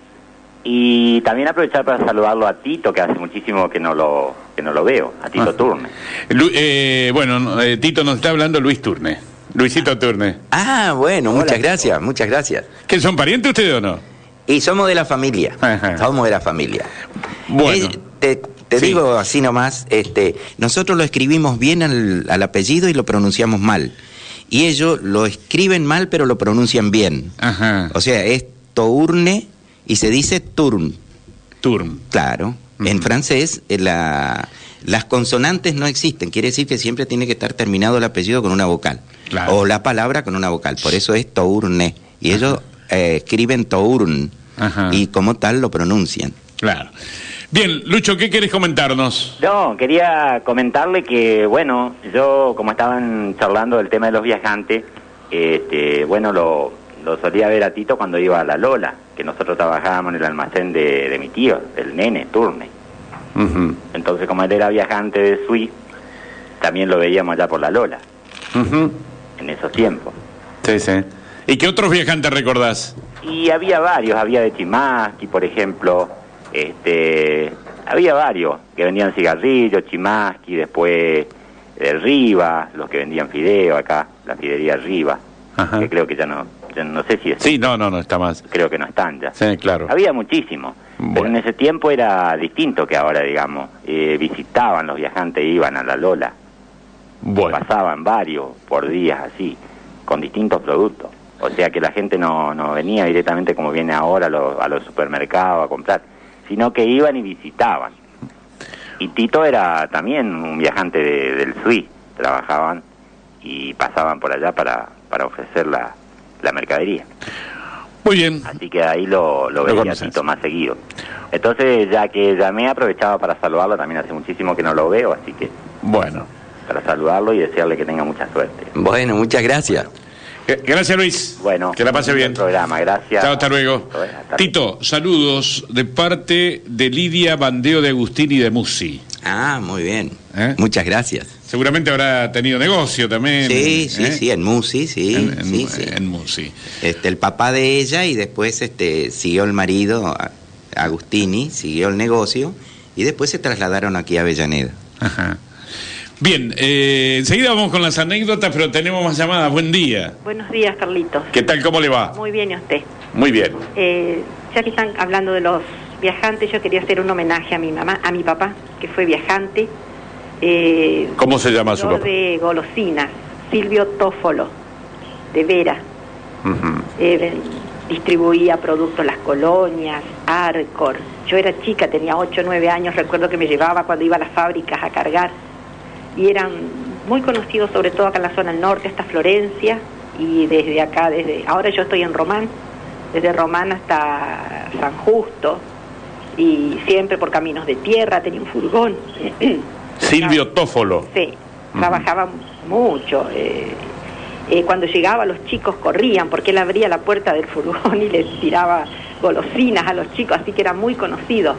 Speaker 10: Y también aprovechar para saludarlo a Tito, que hace muchísimo que no lo, que no lo veo, a Tito
Speaker 2: Ah.
Speaker 10: Turne.
Speaker 2: Lu- eh, bueno, no, eh, Tito nos está hablando Luis Turne. Luisito Turne.
Speaker 6: Ah, bueno, muchas gracias, muchas gracias.
Speaker 2: ¿Que son parientes ustedes o no?
Speaker 6: Y somos de la familia,
Speaker 2: [laughs] Ajá.
Speaker 6: somos de la familia.
Speaker 2: Bueno.
Speaker 6: Eh, te te
Speaker 2: Sí.
Speaker 6: digo así nomás, este, nosotros lo escribimos bien al, al apellido y lo pronunciamos mal. y ellos lo escriben mal pero lo pronuncian bien.
Speaker 2: Ajá.
Speaker 6: O sea, es tourne y se dice turn.
Speaker 2: Turm.
Speaker 6: Claro. En francés eh, la- las consonantes no existen. Quiere decir que siempre tiene que estar terminado el apellido con una vocal.
Speaker 2: Claro.
Speaker 6: O la palabra con una vocal. Por eso es tourne. Y ellos eh, escriben tourn.
Speaker 2: Ajá.
Speaker 6: Y como tal lo pronuncian.
Speaker 2: Claro. Bien, Lucho, ¿qué querés comentarnos?
Speaker 10: No, quería comentarle que, bueno, yo, como estaban charlando del tema de los viajantes, este, bueno, lo, lo solía ver a Tito cuando iba a la Lola, que nosotros trabajábamos en el almacén de, de mi tío, el nene, Turne.
Speaker 2: Ujú,
Speaker 10: Entonces, como él era viajante de Sui, también lo veíamos allá por la Lola,
Speaker 2: ujú.
Speaker 10: en esos tiempos.
Speaker 2: Sí, sí. ¿Y qué otros viajantes recordás?
Speaker 10: Y había varios, había de Chimasqui, por ejemplo, este, había varios que vendían cigarrillos, Chimasqui, después de Riva, los que vendían fideo acá, la fidería Riva,
Speaker 2: Ajá.
Speaker 10: que creo que ya no, ya no sé si es,
Speaker 2: Sí, no, no, no, está más.
Speaker 10: creo que no están ya.
Speaker 2: Sí, claro.
Speaker 10: Había muchísimo, pero en
Speaker 2: Bueno.
Speaker 10: ese tiempo era distinto que ahora, digamos, Eh, visitaban los viajantes, iban a la Lola,
Speaker 2: Bueno.
Speaker 10: pasaban varios por días así, con distintos productos. O sea que la gente no, no venía directamente como viene ahora a los, a los supermercados a comprar, sino que iban y visitaban. Y Tito era también un viajante de- del SUI, trabajaban y pasaban por allá para, para ofrecer la, la mercadería.
Speaker 2: Muy bien.
Speaker 10: Así que ahí lo, lo
Speaker 2: Lo
Speaker 10: veía
Speaker 2: conoces.
Speaker 10: Tito más seguido. Entonces, ya que llamé, aprovechaba para saludarlo, también hace muchísimo que no lo veo, así que
Speaker 2: Bueno.
Speaker 10: para saludarlo y desearle que tenga mucha suerte.
Speaker 6: Bueno, muchas gracias.
Speaker 2: Eh, Gracias, Luis.
Speaker 10: Bueno,
Speaker 2: Que la pase bien.
Speaker 10: buen programa, gracias.
Speaker 2: Chao, hasta luego.
Speaker 10: Bueno, hasta
Speaker 2: Tito, saludos de parte de Lidia Bandeo de Agustín y de Musi.
Speaker 6: Ah, muy bien.
Speaker 2: ¿Eh?
Speaker 6: Muchas gracias.
Speaker 2: Seguramente habrá tenido negocio también.
Speaker 6: sí, sí,
Speaker 2: ¿eh?
Speaker 6: sí, en Musi, sí,
Speaker 2: En, en-
Speaker 6: sí, sí.
Speaker 2: en Musi.
Speaker 6: Este, el papá de ella y después este, siguió el marido, a- Agustini, siguió el negocio y después se trasladaron aquí a Avellaneda.
Speaker 2: Ajá. Bien, eh, enseguida vamos con las anécdotas, pero tenemos más llamadas. Buen día.
Speaker 11: Buenos días, Carlitos.
Speaker 2: ¿Qué tal? ¿Cómo le va?
Speaker 11: Muy bien, ¿y a usted?
Speaker 2: Muy bien.
Speaker 11: Eh, ya que están hablando de los viajantes, yo quería hacer un homenaje a mi mamá, a mi papá, que fue viajante. Eh,
Speaker 2: ¿Cómo se llama su
Speaker 11: vendedor
Speaker 2: papá?
Speaker 11: de golosinas, Silvio Tófolo, de Vera.
Speaker 2: Ujú.
Speaker 11: Eh, ven- distribuía productos, las colonias, Arcor. Yo era chica, tenía 8 o 9 años, recuerdo que me llevaba cuando iba a las fábricas a cargar. Y eran muy conocidos, sobre todo acá en la zona del norte, hasta Florencia. Y desde acá, desde ahora yo estoy en Román, desde Román hasta San Justo. Y siempre por caminos de tierra, tenía un furgón. [clears throat]
Speaker 2: Silvio Tófolo.
Speaker 11: Sí, trabajaba mucho. eh, eh, cuando llegaba los chicos corrían porque él abría la puerta del furgón y les tiraba golosinas a los chicos, así que era muy conocido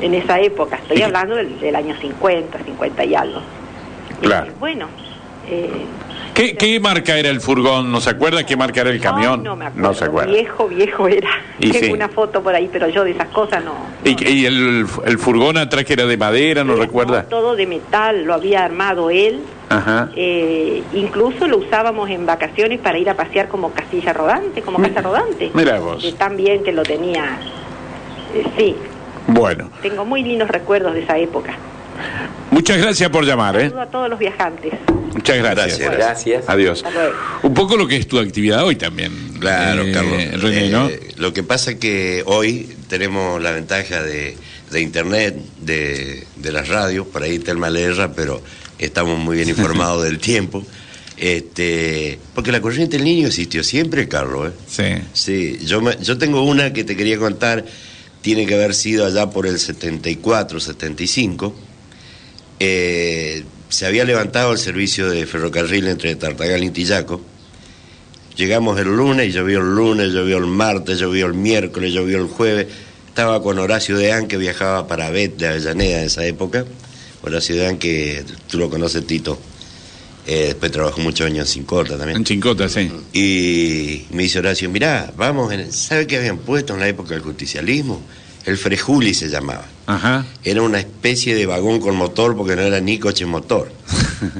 Speaker 11: en esa época. Estoy hablando del, del año 50, 50 y algo. Y,
Speaker 2: Claro.
Speaker 11: bueno, eh,
Speaker 2: ¿Qué, qué marca era el furgón? ¿No se acuerda qué marca era el camión?
Speaker 11: ay, no me acuerdo.
Speaker 2: se acuerda.
Speaker 11: Viejo, viejo era.
Speaker 2: Y
Speaker 11: Tengo
Speaker 2: sí.
Speaker 11: una foto por ahí, pero yo de esas cosas no. no-
Speaker 2: ¿Y, y el, el furgón atrás que era de madera, no
Speaker 11: Era
Speaker 2: recuerda?
Speaker 11: Todo de metal, lo había armado él.
Speaker 2: Ajá.
Speaker 11: Eh, incluso lo usábamos en vacaciones para ir a pasear como casilla rodante, como casa rodante.
Speaker 2: Mirá vos.
Speaker 11: Eh, tan bien que lo tenía. Eh, sí,
Speaker 2: Bueno,
Speaker 11: tengo muy lindos recuerdos de esa época.
Speaker 2: muchas gracias por llamar, ¿eh?
Speaker 11: Saludo a todos los viajantes.
Speaker 2: Muchas gracias.
Speaker 1: Gracias.
Speaker 6: Gracias.
Speaker 2: Adiós.
Speaker 11: Hasta luego.
Speaker 2: Un poco lo que es tu actividad hoy también.
Speaker 1: Claro,
Speaker 2: eh,
Speaker 1: Carlos.
Speaker 2: René,
Speaker 1: Eh,
Speaker 2: ¿no?
Speaker 1: Lo que pasa es que hoy tenemos la ventaja de, de internet, de, de las radios, por ahí Telma le erra, pero estamos muy
Speaker 2: [laughs]
Speaker 1: bien informados del tiempo. Este, porque la corriente del niño existió siempre, Carlos. ¿eh?
Speaker 2: Sí.
Speaker 1: Sí, yo, me- yo tengo una que te quería contar, tiene que haber sido allá por el 74, 75. Eh, se había levantado el servicio de ferrocarril entre Tartagal y Tillaco. Llegamos el lunes, llovió el lunes, llovió el martes, llovió el miércoles, llovió el jueves. Estaba con Horacio Deán, que viajaba para Bet de Avellaneda en esa época. Horacio Deán, que tú lo conoces, Tito. Eh, después trabajó muchos años en Corta también.
Speaker 2: En Chincota, sí.
Speaker 1: Y me dice Horacio, mirá, vamos, en el- ¿sabe qué habían puesto en la época del justicialismo? El frejuli se llamaba.
Speaker 2: Ajá.
Speaker 1: Era una especie de vagón con motor porque no era ni coche motor.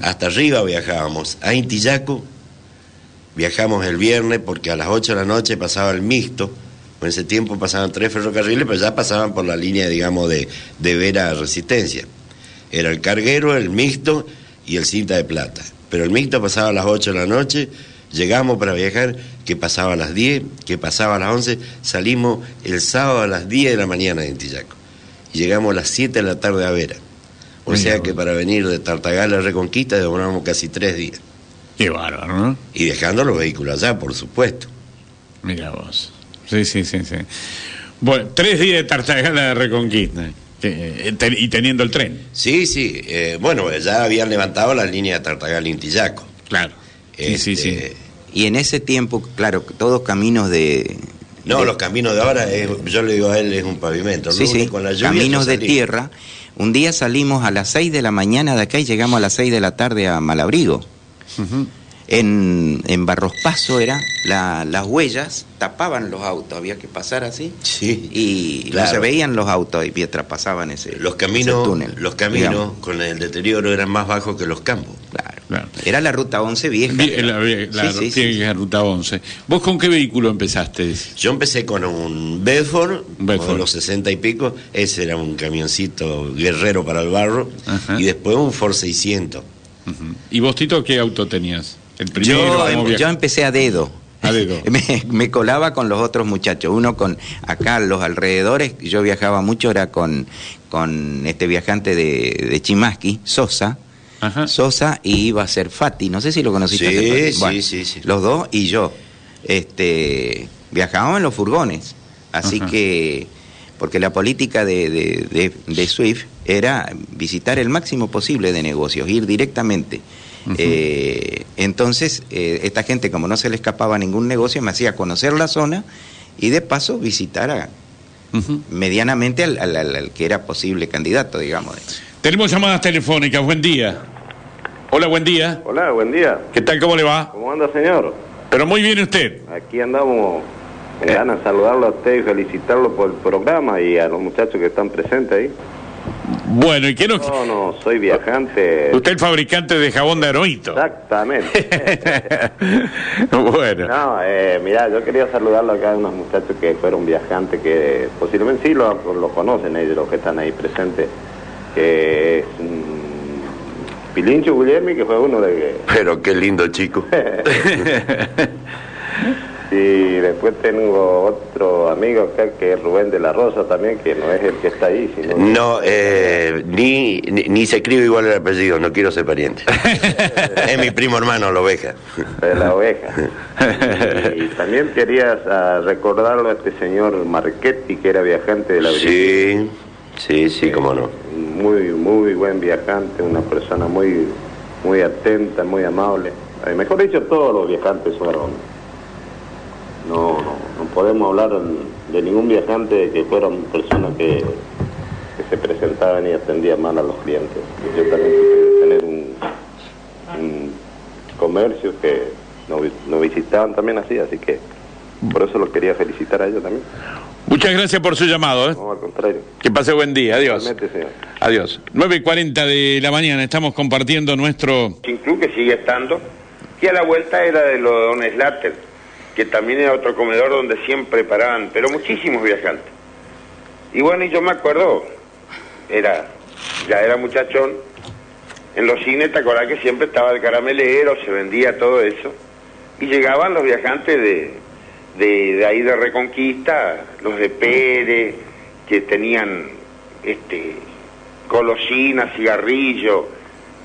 Speaker 1: Hasta arriba viajábamos. A Intillaco viajamos el viernes porque a las 8 de la noche pasaba el mixto. En ese tiempo pasaban tres ferrocarriles, pero ya pasaban por la línea, digamos, de, de Vera a Resistencia. Era el carguero, el mixto y el cinta de plata. Pero el mixto pasaba a las 8 de la noche, llegamos para viajar, que pasaba a las 10, que pasaba a las 11, salimos el sábado a las 10 de la mañana de Antillaco. Y llegamos a las 7 de la tarde a Vera. O
Speaker 2: Mira
Speaker 1: sea
Speaker 2: vos.
Speaker 1: que para venir de Tartagal a Reconquista demoramos casi tres días.
Speaker 2: Qué bárbaro, ¿no?
Speaker 1: Y dejando los vehículos allá, por supuesto.
Speaker 2: Mira vos. Sí, sí, sí, sí. Bueno, tres días de Tartagana de Reconquista. Que, eh, ten- y teniendo el tren.
Speaker 1: Sí, sí. eh, bueno, ya habían levantado la línea de Tartagal-Intillaco.
Speaker 2: Claro.
Speaker 1: Sí, sí, sí.
Speaker 6: Y en ese tiempo, claro, todos caminos de...
Speaker 1: No, los caminos de ahora, es- yo le digo a él, es un pavimento.
Speaker 6: Sí,
Speaker 1: Lo
Speaker 6: sí,
Speaker 1: único, con la lluvia
Speaker 6: caminos
Speaker 1: ya
Speaker 6: de
Speaker 1: salimos.
Speaker 6: tierra. Un día salimos a las 6 de la mañana de acá y llegamos a las 6 de la tarde a Malabrigo. En, en Barros Paso era, la- las huellas tapaban los autos, había que pasar así.
Speaker 1: Sí.
Speaker 6: Y
Speaker 1: Claro.
Speaker 6: no se veían los autos y mientras pasaban ese,
Speaker 1: Los
Speaker 6: ese
Speaker 1: caminos,
Speaker 6: túnel.
Speaker 1: los caminos
Speaker 6: digamos.
Speaker 1: con el deterioro eran más bajos que los campos.
Speaker 2: Claro.
Speaker 6: Era la ruta 11 vieja.
Speaker 2: Vi- La, vi- la-
Speaker 6: Sí, sí,
Speaker 2: tiene
Speaker 6: sí.
Speaker 2: que ser ruta 11. ¿Vos con qué vehículo empezaste?
Speaker 1: Yo empecé con un Bedford,
Speaker 2: Bedford.
Speaker 1: de los 60 y pico, ese era un camioncito guerrero para el barro,
Speaker 2: Ajá.
Speaker 1: y después un Ford 600.
Speaker 2: ¿Y vos, Tito, qué auto tenías? El primero.
Speaker 6: Yo,
Speaker 2: ¿cómo
Speaker 6: em-
Speaker 2: viaj-
Speaker 6: yo empecé a dedo.
Speaker 2: A dedo.
Speaker 6: [laughs] Me, me colaba con los otros muchachos. Uno con acá, los alrededores. Yo viajaba mucho, era con, con este viajante de, de Chimasqui, Sosa.
Speaker 2: Ajá.
Speaker 6: Sosa y iba a ser Fati. No sé si lo conociste. a
Speaker 1: Sí,
Speaker 6: Fati.
Speaker 1: sí, sí, sí.
Speaker 6: Los dos y yo. Este, viajábamos en los furgones. Así
Speaker 2: Ajá.
Speaker 6: que. Porque la política de, de, de- de Swift era visitar el máximo posible de negocios, ir directamente. Eh, entonces, eh, esta gente, como no se le escapaba ningún negocio, me hacía conocer la zona y de paso visitar a-
Speaker 2: Ujú.
Speaker 6: medianamente al, al- al- al que era posible candidato, digamos.
Speaker 2: Tenemos llamadas telefónicas. Buen día. Hola, buen día.
Speaker 12: Hola, Ah, buen día.
Speaker 2: ¿Qué tal? ¿Cómo le va?
Speaker 12: ¿Cómo anda, señor?
Speaker 2: Pero muy bien usted. Eh.
Speaker 12: Aquí andamos en ganas de saludarlo a usted y felicitarlo por el programa y a los muchachos que están presentes ahí.
Speaker 2: Bueno, ¿y qué nos...
Speaker 12: No, no, soy viajante.
Speaker 2: Usted el fabricante de jabón de aroito.
Speaker 12: Exactamente.
Speaker 1: [laughs]
Speaker 2: bueno.
Speaker 12: No, eh, mirá, yo quería saludarlo acá a unos muchachos que fueron viajantes, que eh, posiblemente sí lo, lo conocen ellos, los que están ahí presentes. Que es mm, Pilincho Guglielmi, que fue uno de...
Speaker 1: [laughs] Pero qué lindo
Speaker 12: [laughs]
Speaker 1: chico. [laughs]
Speaker 12: Y después tengo otro amigo acá que es Rubén de la Rosa también, que no es el que está ahí,
Speaker 1: [laughs]
Speaker 12: sino...
Speaker 1: No, eh, ni, ni, ni se escribe igual el apellido, no quiero ser pariente. [laughs] es mi primo hermano, la oveja.
Speaker 12: de la oveja.
Speaker 1: [laughs]
Speaker 12: Y también querías ah, recordarlo a este señor Marchetti, que era viajante de la Brigada.
Speaker 1: Sí, sí, sí, cómo no.
Speaker 12: Muy, muy buen viajante, una persona muy, muy atenta, muy amable. Eh, mejor dicho, todos los viajantes fueron. No, no, no podemos hablar en- de ningún viajante que fueran personas que, que se presentaban y atendían mal a los clientes. Yo también quise tener un, un comercio que nos, vi- nos visitaban también así, así que por eso los quería felicitar a ellos también.
Speaker 2: Muchas gracias por su llamado. ¿eh?
Speaker 12: No, al contrario.
Speaker 2: Que pase buen día. Adiós.
Speaker 12: Realmente, señor.
Speaker 2: Adiós. 9.40 de la mañana. Estamos compartiendo nuestro...
Speaker 13: Racing Club, que sigue estando, y a la vuelta era de lo de Don Slater, que también era otro comedor donde siempre paraban, pero muchísimos viajantes. Y bueno, y yo me acuerdo, era, ya era muchachón, en los cines te acordás que siempre estaba el caramelero, se vendía todo eso, y llegaban los viajantes de, de, de ahí de Reconquista, los de Pérez, que tenían este golosinas, cigarrillos,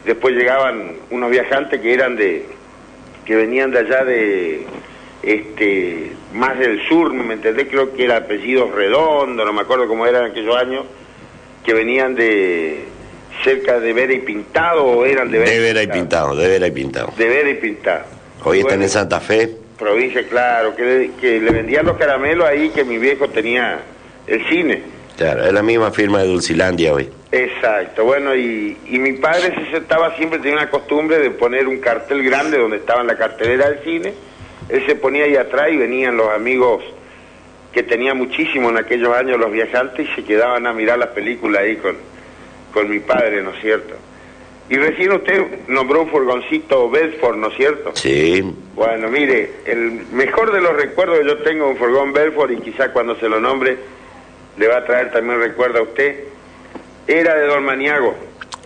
Speaker 13: después llegaban unos viajantes que eran de que venían de allá de este más del sur me entendés creo que era apellidos redondo no me acuerdo cómo eran aquellos años que venían de cerca de Vera y Pintado o eran de Vera,
Speaker 1: De vera y pintado, de vera y pintado.
Speaker 13: de Vera y Pintado
Speaker 1: Hoy están
Speaker 13: Bueno,
Speaker 1: en Santa Fe.
Speaker 13: provincia claro que le, que le vendían los caramelos ahí que mi viejo tenía el cine
Speaker 1: Claro, es la misma firma de Dulcilandia hoy.
Speaker 13: Exacto, bueno, y, y mi padre se sentaba siempre, tenía una costumbre de poner un cartel grande donde estaba la cartelera del cine, él se ponía ahí atrás y venían los amigos que tenía muchísimo en aquellos años los viajantes y se quedaban a mirar las películas ahí con, con mi padre, ¿no es cierto? Y recién usted nombró un furgoncito Bedford, ¿no es cierto?
Speaker 1: Sí,
Speaker 13: Bueno, mire, el mejor de los recuerdos que yo tengo un furgón Belfort y quizá cuando se lo nombre le va a traer también recuerdo a usted, era de Don Maniago.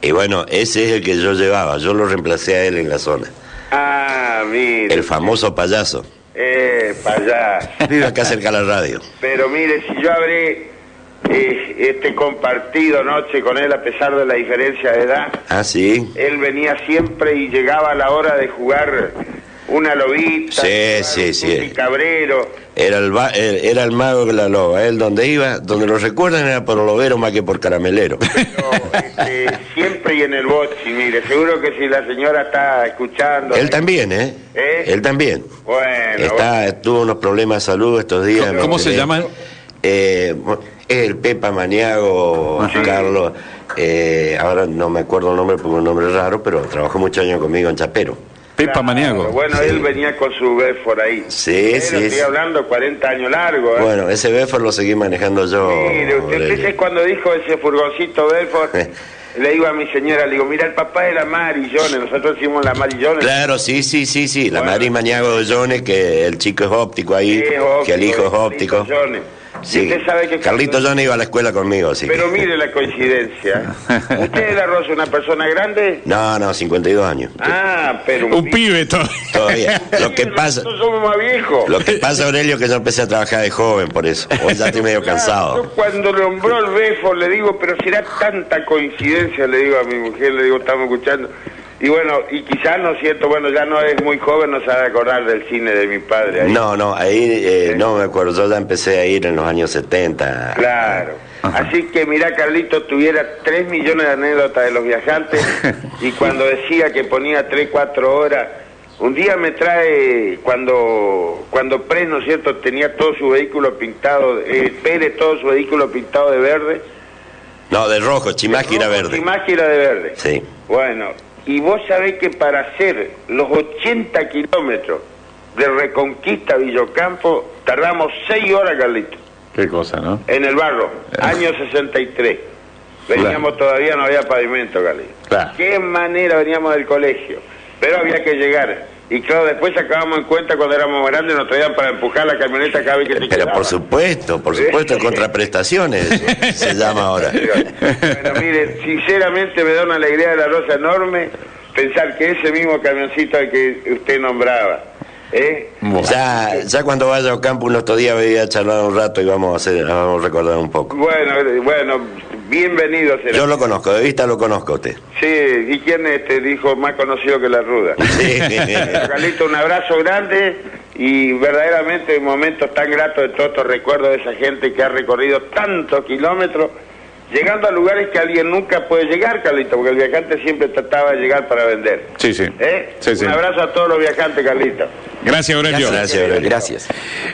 Speaker 1: Y bueno, ese es el que yo llevaba, yo lo reemplacé a él en la zona.
Speaker 13: Ah, mire.
Speaker 1: El famoso payaso.
Speaker 13: Eh, payaso.
Speaker 1: Vive acá cerca de la radio.
Speaker 13: Pero mire, si yo habré eh, este compartido noche con él a pesar de la diferencia de edad,
Speaker 1: Ah, sí.
Speaker 13: él venía siempre y llegaba a la hora de jugar una lobita,
Speaker 1: Sí, sí,
Speaker 13: un
Speaker 1: sí.
Speaker 13: cabrero.
Speaker 1: Era el, va- era era el mago de la loba. Él donde iba, donde lo recuerdan era por lobero más que por caramelero.
Speaker 13: Eh, siempre y en el bochi, mire, seguro que si la señora está escuchando.
Speaker 1: Él también, ¿eh?
Speaker 13: ¿Eh?
Speaker 1: Él también.
Speaker 13: Bueno,
Speaker 1: Está, tuvo unos problemas de salud estos días.
Speaker 2: ¿Cómo- cómo se llama él?
Speaker 1: Eh, bueno, el Pepa Maniago, Carlos. eh, ahora no me acuerdo el nombre porque es un nombre raro, pero trabajó muchos años conmigo en Chapero.
Speaker 2: Pepa Maniago.
Speaker 13: bueno, él venía con su por ahí.
Speaker 1: Sí,
Speaker 13: Pero
Speaker 1: sí,
Speaker 13: estoy
Speaker 1: sí.
Speaker 13: hablando 40 años largo. ¿eh?
Speaker 1: Bueno, ese Befor lo seguí manejando yo. eh,
Speaker 13: Mire, usted
Speaker 1: Aurelio.
Speaker 13: fíjese cuando dijo ese furgoncito Belfort, le digo a mi señora, le digo, mira, el papá era Mari Jones, nosotros hicimos la Mari Jones.
Speaker 1: Claro, sí, sí, sí, sí. La Mari Maniago de Jones, que el chico es óptico ahí,
Speaker 13: Es óptico,
Speaker 1: que el hijo es
Speaker 13: Carlito
Speaker 1: óptico.
Speaker 13: Jones. Y
Speaker 1: Sí.
Speaker 13: usted sabe que
Speaker 1: Carlito Jones iba a la escuela conmigo, sí.
Speaker 13: Pero mire la
Speaker 1: [laughs]
Speaker 13: coincidencia. ¿Usted era Rosa una persona grande?
Speaker 1: No, no, 52 años.
Speaker 13: Ah, pero
Speaker 2: Un pibe todavía.
Speaker 1: Todavía.
Speaker 13: [laughs]
Speaker 1: Lo que pasa,
Speaker 13: Nosotros somos más viejos.
Speaker 1: lo que pasa, Aurelio, que yo empecé a trabajar de joven por eso. Hoy ya estoy medio cansado.
Speaker 13: Yo cuando nombró el Belfort le digo, pero será tanta coincidencia, le digo a mi mujer, le digo, estamos escuchando. Y bueno, y quizás, ¿no es cierto? Bueno, ya no es muy joven, no se va a acordar del cine de mi padre. ahí.
Speaker 1: No, no, ahí eh, no me acuerdo. Yo ya empecé a ir en los años 70.
Speaker 13: Claro. Así que mirá, Carlito, tuviera 3 millones de anécdotas de los
Speaker 1: [laughs]
Speaker 13: viajantes y cuando decía que ponía 3, 4 horas, un día me trae, cuando, cuando Pres, ¿no es cierto?, tenía todo su vehículo pintado, eh, Pérez todo su vehículo pintado de verde,
Speaker 1: No, de rojo, Chimaquira verde.
Speaker 13: y más que era de verde.
Speaker 1: Sí.
Speaker 13: Bueno, y vos sabés que para hacer los 80 kilómetros de Reconquista a Villocampo, tardamos 6 horas, Carlito.
Speaker 2: Qué cosa, ¿no?
Speaker 13: En el barro, año 63. Veníamos todavía, no había pavimento, Gali.
Speaker 2: Claro.
Speaker 13: Qué manera veníamos del colegio. Pero había que llegar. Y claro, después sacábamos en cuenta cuando éramos grandes, nos traían para empujar la camioneta cada vez que se
Speaker 1: Pero
Speaker 13: quedaba.
Speaker 1: por supuesto, por supuesto, contraprestaciones se llama ahora.
Speaker 13: Bueno, mire, sinceramente me da una alegría de la rosa enorme pensar que ese mismo camioncito al que usted nombraba, ¿eh?
Speaker 1: Ya, ya cuando vaya a campo unos estos días voy a charlar un rato y vamos a hacer, vamos a recordar un poco.
Speaker 13: Bueno, eh, bueno, bienvenido será.
Speaker 1: Yo lo conozco, de vista lo conozco a usted.
Speaker 13: Sí, ¿y quién este dijo más conocido que la
Speaker 2: [laughs]
Speaker 13: ruda?
Speaker 1: Sí.
Speaker 13: Bueno, Carlito, un abrazo grande y verdaderamente momentos tan gratos de todos estos recuerdos de esa gente que ha recorrido tantos kilómetros, llegando a lugares que alguien nunca puede llegar, Carlito, porque el viajante siempre trataba de llegar para vender.
Speaker 2: Sí, sí.
Speaker 13: ¿Eh?
Speaker 2: Sí, sí.
Speaker 13: Un abrazo a todos los viajantes, Carlito.
Speaker 2: Gracias, Aurelio.
Speaker 1: Gracias, Aurelio.
Speaker 6: Gracias.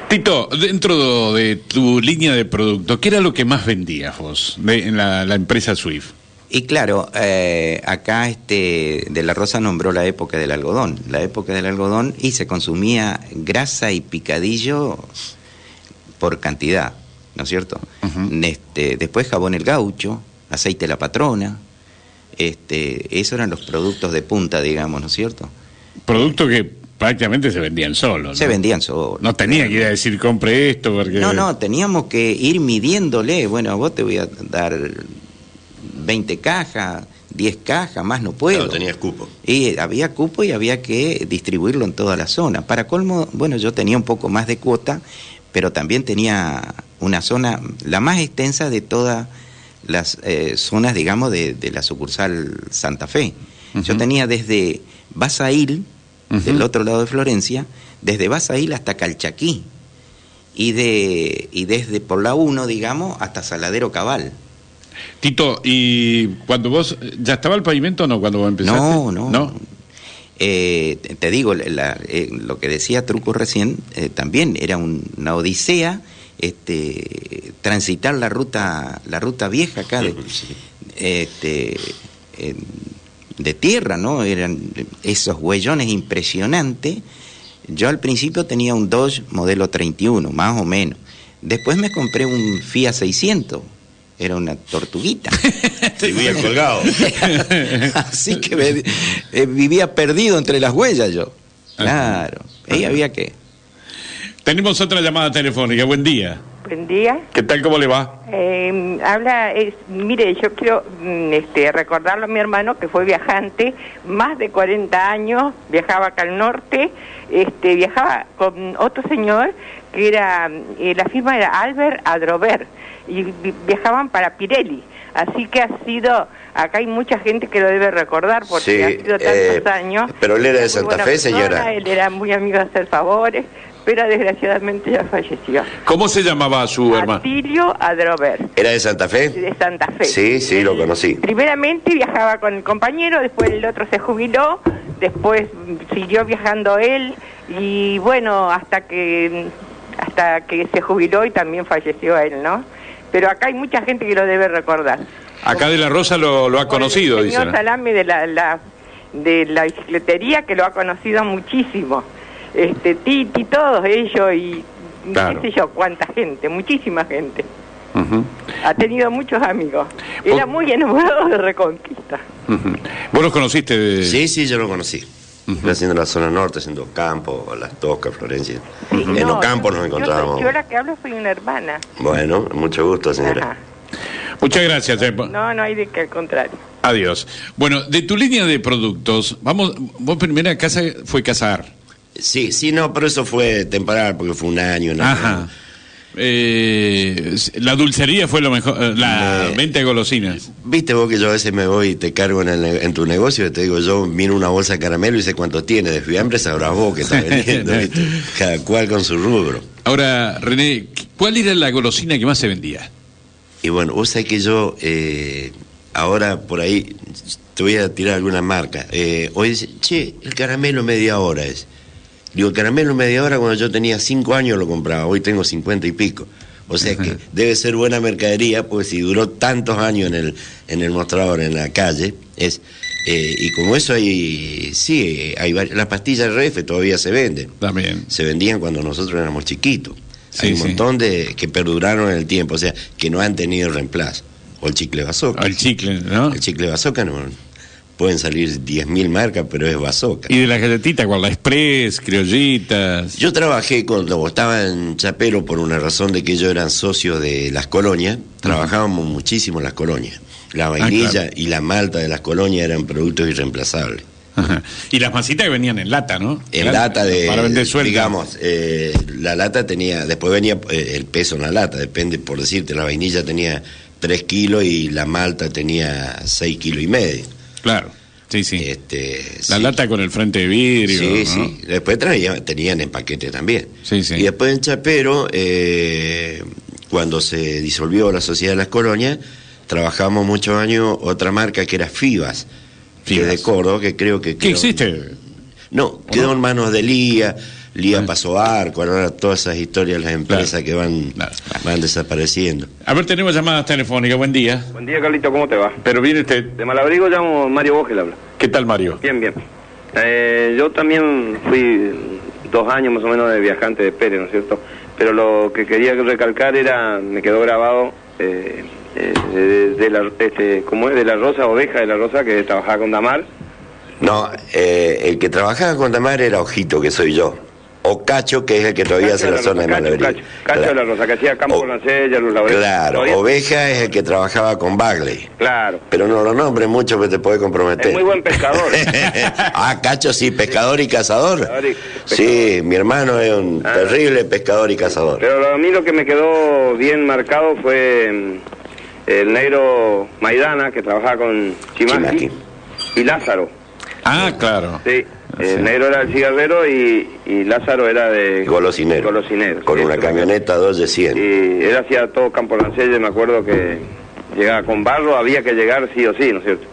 Speaker 2: Tito, dentro de tu línea de producto, ¿qué era lo que más vendías vos de- en la, la empresa Swift?
Speaker 6: Y claro, eh, acá este de la Rosa nombró la época del algodón, la época del algodón y se consumía grasa y picadillo por cantidad, ¿no es cierto? este, después jabón el gaucho, aceite la patrona, este, esos eran los productos de punta, digamos, ¿no es cierto?
Speaker 2: Productos que prácticamente se vendían solos. ¿no?
Speaker 6: Se vendían solos.
Speaker 2: No tenía que ir a decir compre esto porque.
Speaker 6: No, no, teníamos que ir midiéndole. Bueno, vos te voy a dar 20 cajas, 10 cajas, más no puedo.
Speaker 1: No, tenías cupo.
Speaker 6: Y había cupo y había que distribuirlo en toda la zona. Para colmo, bueno, yo tenía un poco más de cuota, pero también tenía una zona, la más extensa de todas las eh, zonas, digamos, de, de la sucursal Santa Fe. Yo tenía desde Basail, del otro lado de Florencia, desde Basail hasta Calchaquí, y, de, y desde por la 1, digamos, hasta Saladero Cabal.
Speaker 2: Tito, ¿y cuando vos. ¿Ya estaba el pavimento o no cuando vos empezaste?
Speaker 6: No, no.
Speaker 2: No.
Speaker 6: Eh, te- te digo, la- eh, lo que decía Truco recién, eh, también era un- una odisea este, transitar la ruta, la ruta vieja acá
Speaker 2: [laughs]
Speaker 6: de, este, eh, de tierra, ¿no? Eran esos huellones impresionantes. Yo al principio tenía un Dodge modelo 31, más o menos. Después me compré un Fiat 600, era una tortuguita.
Speaker 1: Vivía colgado.
Speaker 6: [laughs] Así que me- eh, vivía perdido entre las huellas yo.
Speaker 2: Ah.
Speaker 6: Claro. Ahí había que.
Speaker 2: Tenemos otra llamada telefónica. Buen día.
Speaker 14: buen día.
Speaker 2: ¿Qué tal? ¿Cómo le va?
Speaker 14: Eh, habla, es- mire, yo quiero mm, este, recordarlo a mi hermano que fue viajante, más de 40 años, viajaba acá al norte, este, viajaba con otro señor que era, eh, la firma era Albert Adrover, y vi- viajaban para Pirelli. Así que ha sido, acá hay mucha gente que lo debe recordar porque
Speaker 1: Sí,
Speaker 14: ha sido tantos
Speaker 1: eh,
Speaker 14: años.
Speaker 1: pero él era de
Speaker 14: Muy
Speaker 1: Santa
Speaker 14: buena
Speaker 1: Fe, señora.
Speaker 14: Él era muy amigo de hacer favores, pero desgraciadamente ya falleció.
Speaker 2: ¿Cómo se llamaba su hermano?
Speaker 14: Atilio Adrover,
Speaker 1: ¿Era de Santa Fe?
Speaker 14: de Santa Fe.
Speaker 1: Sí, sí, lo conocí.
Speaker 14: Primeramente viajaba con el compañero, después el otro se jubiló, después mm, siguió viajando él y bueno, hasta que hasta que se jubiló y también falleció él, ¿no? Pero acá hay mucha gente que lo debe recordar.
Speaker 2: Acá de la Rosa lo, lo ¿eh? ha conocido,
Speaker 14: el
Speaker 2: dice.
Speaker 14: señor Salame de la, la- de la bicicletería que lo ha conocido muchísimo. Este Titi, todos ellos y
Speaker 2: Claro.
Speaker 14: qué sé yo, cuánta gente, muchísima gente. Ha tenido muchos amigos. Era muy enamorado de Reconquista.
Speaker 2: ¿Vos los conociste? de-
Speaker 1: Sí, sí, yo lo conocí. Fui Haciendo la zona norte, haciendo campo, las tocas, Florencia. En
Speaker 14: No,
Speaker 1: los campos nos
Speaker 14: yo-
Speaker 1: encontrábamos.
Speaker 14: Yo, la que hablo soy una hermana.
Speaker 1: Bueno, mucho gusto, señora.
Speaker 2: Muchas gracias. eh,
Speaker 14: No, no hay de que al contrario.
Speaker 2: Adiós. Bueno, de tu línea de productos, vamos, vos primera casa fue Casar.
Speaker 1: Sí, sí, no, pero eso fue temporal, porque fue un año. nada
Speaker 2: Ajá. Eh, la dulcería fue lo mejor, eh, la venta de golosinas.
Speaker 1: Viste vos que yo a veces me voy y te cargo en, el ne- en tu negocio y te digo, yo miro una bolsa de caramelo y sé cuánto tiene, de fiambre sabrás vos que
Speaker 2: [laughs]
Speaker 1: estás vendiendo, ¿viste? Cada cual con su rubro.
Speaker 2: Ahora, René, ¿cuál era la golosina que más se vendía?
Speaker 1: Y bueno, vos sabés que yo eh, ahora por ahí te voy a tirar alguna marca. Eh, hoy dice, che, el caramelo media hora es. Digo, el caramelo media hora cuando yo tenía cinco años lo compraba, hoy tengo 50 y pico. O sea que debe ser buena mercadería, porque si duró tantos años en el, en el mostrador, en la calle, es eh, y como eso hay, sí, hay vari- las pastillas RF todavía se venden.
Speaker 2: También.
Speaker 1: Se vendían cuando nosotros éramos chiquitos.
Speaker 2: Sí,
Speaker 1: hay un
Speaker 2: sí.
Speaker 1: montón de que perduraron en el tiempo, o sea, que no han tenido reemplazo. O el chicle bazooka.
Speaker 2: El chicle, ¿no?
Speaker 1: El chicle bazooka no. Pueden salir 10.000 marcas, pero es bazooka.
Speaker 2: Y de las galletitas, con la express, criollitas.
Speaker 1: Yo trabajé cuando estaba en Chapelo por una razón de que ellos eran socios de las colonias. Trabajábamos muchísimo en las colonias. La vainilla
Speaker 2: Ah, claro.
Speaker 1: y la malta de las colonias eran productos irreemplazables.
Speaker 2: Ajá. Y las masitas que venían en lata, ¿no?
Speaker 1: En lata de,
Speaker 2: Para vender suelta.
Speaker 1: digamos, eh, la lata tenía, después venía eh, el peso en la lata, depende, por decirte, la vainilla tenía 3 kilos y la malta tenía 6 kilos y medio.
Speaker 2: Claro, sí, sí.
Speaker 1: Este,
Speaker 2: La
Speaker 1: sí.
Speaker 2: lata con el frente de vidrio.
Speaker 1: Sí,
Speaker 2: ¿no?
Speaker 1: sí. Después traía- tenían en paquete también.
Speaker 2: Sí, sí.
Speaker 1: Y después en Chapero, eh, cuando se disolvió la Sociedad de las Colonias, trabajamos muchos años otra marca que era Fibas, que es de Córdoba, que creo que...
Speaker 2: ¿Qué
Speaker 1: quedó-
Speaker 2: existe?
Speaker 1: No, quedó en manos de Lía,
Speaker 2: Ah.
Speaker 1: Lía pasó Arco, ahora todas esas historias las empresas que van, van desapareciendo.
Speaker 2: A ver, tenemos llamadas telefónicas. Buen día.
Speaker 15: Buen día, Carlito, ¿cómo te va?
Speaker 2: Pero viene usted.
Speaker 15: De Malabrigo llamo Mario Bogel, habla.
Speaker 2: ¿Qué tal, Mario?
Speaker 15: Bien, bien. Eh, yo también fui dos años más o menos de viajante de Pérez, ¿no es cierto? Pero lo que quería recalcar era, me quedó grabado, eh, eh, de, de la, este, ¿cómo es? De la Rosa, oveja de la Rosa, que trabajaba con Damar.
Speaker 1: No, eh, el que trabajaba con Tamar era Ojito, que soy yo. O Cacho, que es el que todavía hace
Speaker 15: Cacho
Speaker 1: la
Speaker 15: de la
Speaker 1: zona de
Speaker 15: Rosa, Cacho,
Speaker 1: Malabrigo.
Speaker 15: Cacho de la Rosa, que hacía campo con la sella, los labores.
Speaker 1: Claro, Oveja es el que trabajaba con Bagley.
Speaker 15: Claro.
Speaker 1: Pero no lo nombres mucho porque te puede
Speaker 15: Es
Speaker 1: comprometer. [laughs]
Speaker 15: muy buen pescador.
Speaker 1: ah, Cacho, sí, pescador y cazador. Sí, mi hermano es un
Speaker 15: Ah.
Speaker 1: terrible pescador y cazador.
Speaker 15: Pero lo- a mí lo que me quedó bien marcado fue mm, el negro Maidana, que trabajaba con Chimaki, y Lázaro.
Speaker 2: Ah, claro.
Speaker 15: Sí, el negro era el cigarrero y, y Lázaro era de...
Speaker 1: Golosinero.
Speaker 15: Golosinero.
Speaker 1: Con
Speaker 15: sí,
Speaker 1: una
Speaker 15: eso.
Speaker 1: camioneta 2 de 100.
Speaker 15: Y él hacía todo campo lancelle, me acuerdo que llegaba con barro, había que llegar sí o sí, ¿no es cierto?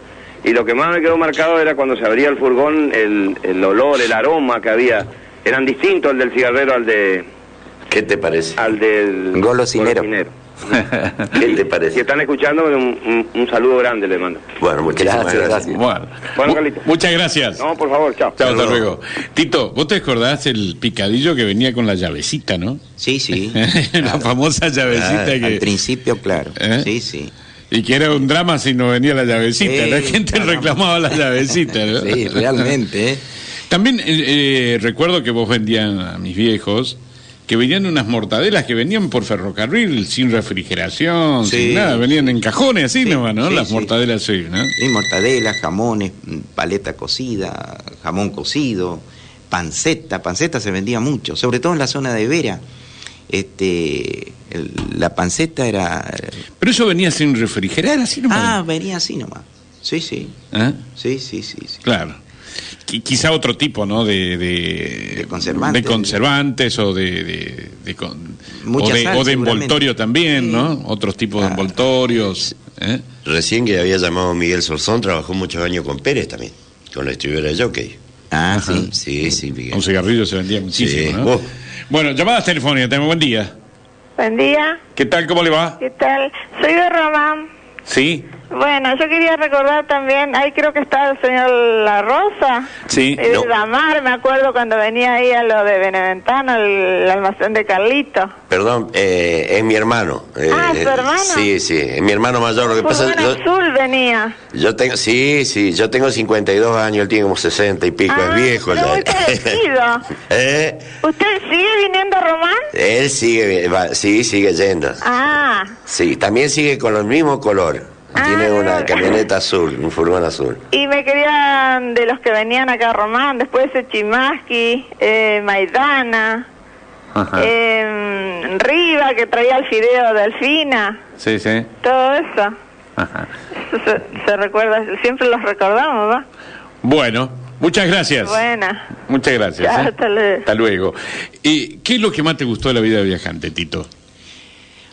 Speaker 15: Y lo que más me quedó marcado era cuando se abría el furgón, el, el olor, el aroma que había. Eran distintos el del cigarrero al de...
Speaker 1: ¿Qué te parece?
Speaker 15: Al del...
Speaker 1: Golosinero. [laughs] ¿Qué te
Speaker 15: Si
Speaker 1: parece?
Speaker 15: están escuchando, un, un- un saludo grande le mando.
Speaker 1: Bueno, muchísimas gracias.
Speaker 2: Bueno,
Speaker 15: Bueno, Carlito.
Speaker 2: muchas gracias.
Speaker 15: No, por favor, chao.
Speaker 2: Chao, hasta luego. Tito, ¿vos te acordás el picadillo que venía con la llavecita, no?
Speaker 6: Sí, sí.
Speaker 2: [laughs] la famosa llavecita
Speaker 6: Ah, Al
Speaker 2: que... ¿Eh?
Speaker 6: principio, claro. Sí, sí.
Speaker 2: Y que era un drama si no venía la llavecita.
Speaker 6: Sí,
Speaker 2: la gente reclamaba la llavecita. ¿no? eh,
Speaker 6: Sí, realmente.
Speaker 2: También eh, eh, recuerdo que vos vendían a mis viejos que venían unas mortadelas que venían por ferrocarril, sin refrigeración, sin nada, venían en cajones así nomás, ¿no? Las mortadelas sí, ¿no?
Speaker 6: Y mortadelas, jamones, mm, paleta cocida, jamón cocido, panceta, panceta se vendía mucho, sobre todo en la zona de Vera. Este, el- la panceta era... eh,
Speaker 2: Pero eso venía sin refrigerar así nomás.
Speaker 6: Ah, venía así nomás. Sí, sí.
Speaker 2: ¿Eh?
Speaker 6: Sí, sí, sí. sí.
Speaker 2: Claro. Qui- quizá otro tipo, ¿no? De, de,
Speaker 6: conservantes.
Speaker 2: de conservantes o de, de- de con-
Speaker 6: Mucha
Speaker 2: o de,
Speaker 6: sal,
Speaker 2: o de envoltorio
Speaker 6: seguramente. Ah.
Speaker 2: también, ¿no? Otros tipos de envoltorios. ¿eh?
Speaker 1: Recién que había llamado Miguel Sorzón, trabajó muchos años con Pérez también, con la estribera de Jockey.
Speaker 6: Ah,
Speaker 1: sí. Sí, sí, Miguel.
Speaker 2: Un cigarrillo se vendía muchísimo,
Speaker 1: Sí.
Speaker 2: ¿no?
Speaker 1: Oh.
Speaker 2: Bueno, llamadas telefónicas, tengo buen día.
Speaker 16: Buen día,
Speaker 2: ¿Qué tal? ¿Cómo le va?
Speaker 16: ¿qué tal? Soy de Román.
Speaker 2: Sí,
Speaker 16: Bueno, yo quería recordar también, ahí creo que está el señor La Rosa.
Speaker 2: sí.
Speaker 16: Eh, de Damar, me acuerdo cuando venía ahí a lo de Beneventano, el, almacén de Carlito.
Speaker 1: Perdón, eh, es mi hermano.
Speaker 16: Ah,
Speaker 1: Eh,
Speaker 16: ¿su hermano?
Speaker 1: Sí, sí, es mi hermano mayor. Lo que
Speaker 16: Por
Speaker 1: pasa
Speaker 16: Zona
Speaker 1: yo,
Speaker 16: Azul venía.
Speaker 1: yo tengo, sí, sí, yo tengo 52 años, él tiene como 60 y pico, es viejo
Speaker 16: Ah, Pero
Speaker 1: ya.
Speaker 16: muy parecido.
Speaker 1: [laughs] Eh,
Speaker 16: ¿Usted sigue viniendo a Román?
Speaker 1: él sigue, va- sí, sigue yendo.
Speaker 16: Ah,
Speaker 1: Sí, también sigue con el mismo color. Tiene una camioneta azul, un furgón azul.
Speaker 16: y me querían de los que venían acá a Román, después de Chimaski, eh, Maidana, eh, Riva, que traía el fideo de Alfina,
Speaker 2: Sí, sí.
Speaker 16: todo eso. Eso se, se recuerda, siempre los recordamos, ¿va?
Speaker 2: Bueno, muchas gracias.
Speaker 16: Buena.
Speaker 2: Muchas gracias.
Speaker 16: Ya,
Speaker 2: ¿eh?
Speaker 16: hasta luego.
Speaker 2: Hasta luego. ¿Y qué es lo que más te gustó de la vida de viajante, Tito?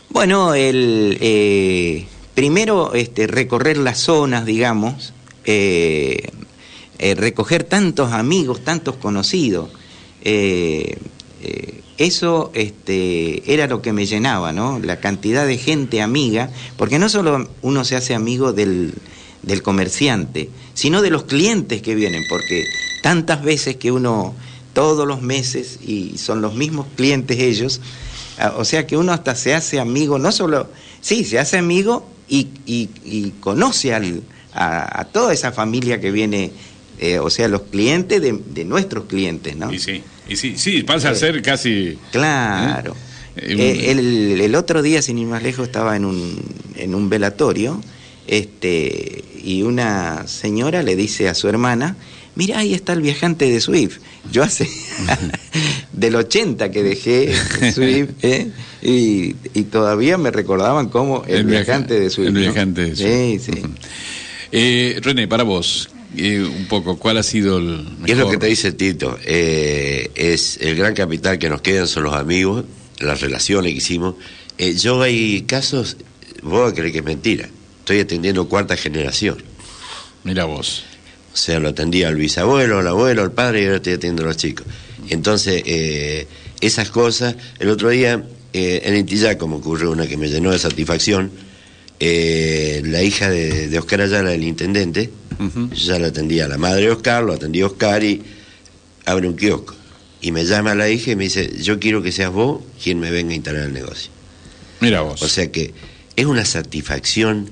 Speaker 6: Bueno, el, eh, primero este, recorrer las zonas, digamos, eh, eh, recoger tantos amigos, tantos conocidos. eh, eh, eso este, era lo que me llenaba, ¿no? La cantidad de gente amiga, porque no solo uno se hace amigo del, del comerciante, sino de los clientes que vienen, porque tantas veces que uno, todos los meses, y son los mismos clientes ellos, Ah, O sea que uno hasta se hace amigo, no solo, sí, se hace amigo y, y- y conoce al- a, a toda esa familia que viene, eh, o sea, los clientes de, de nuestros clientes, ¿no?
Speaker 2: Y sí, y sí, sí, pasa a ser casi...
Speaker 6: Claro. Eh, el, el otro día, sin ir más lejos, estaba en un, en un velatorio este, y una señora le dice a su hermana, mira, ahí está el viajante de Swift. Yo
Speaker 2: [laughs]
Speaker 6: hace del 80 que dejé
Speaker 2: [laughs]
Speaker 6: Swift ¿eh? y, y todavía me recordaban como el,
Speaker 2: El viaja-
Speaker 6: viajante de Swift.
Speaker 2: el
Speaker 6: ¿no?
Speaker 2: viajante de Swift.
Speaker 6: Sí, sí.
Speaker 2: Eh, René, para vos, eh, un poco, ¿cuál ha sido el
Speaker 1: Y es lo
Speaker 2: mejor?
Speaker 1: que te dice Tito, eh, es el gran capital que nos quedan son los amigos, las relaciones que hicimos. Eh, yo hay casos, vos vas a creer que es mentira, estoy atendiendo cuarta generación.
Speaker 2: Mira vos.
Speaker 1: O sea, lo atendía al bisabuelo, al abuelo, al padre y ahora estoy atendiendo a los chicos. Entonces, eh, esas cosas, el otro día eh, en Intillaco me ocurrió una que me llenó de satisfacción, eh, la hija de, de Oscar Ayala, el intendente,
Speaker 2: Ujú.
Speaker 1: yo ya la atendía a la madre de Oscar, lo atendí a Oscar y abre un kiosco. Y me llama la hija y me dice, yo quiero que seas vos quien me venga a instalar el negocio.
Speaker 2: Mira vos.
Speaker 1: O sea que es una satisfacción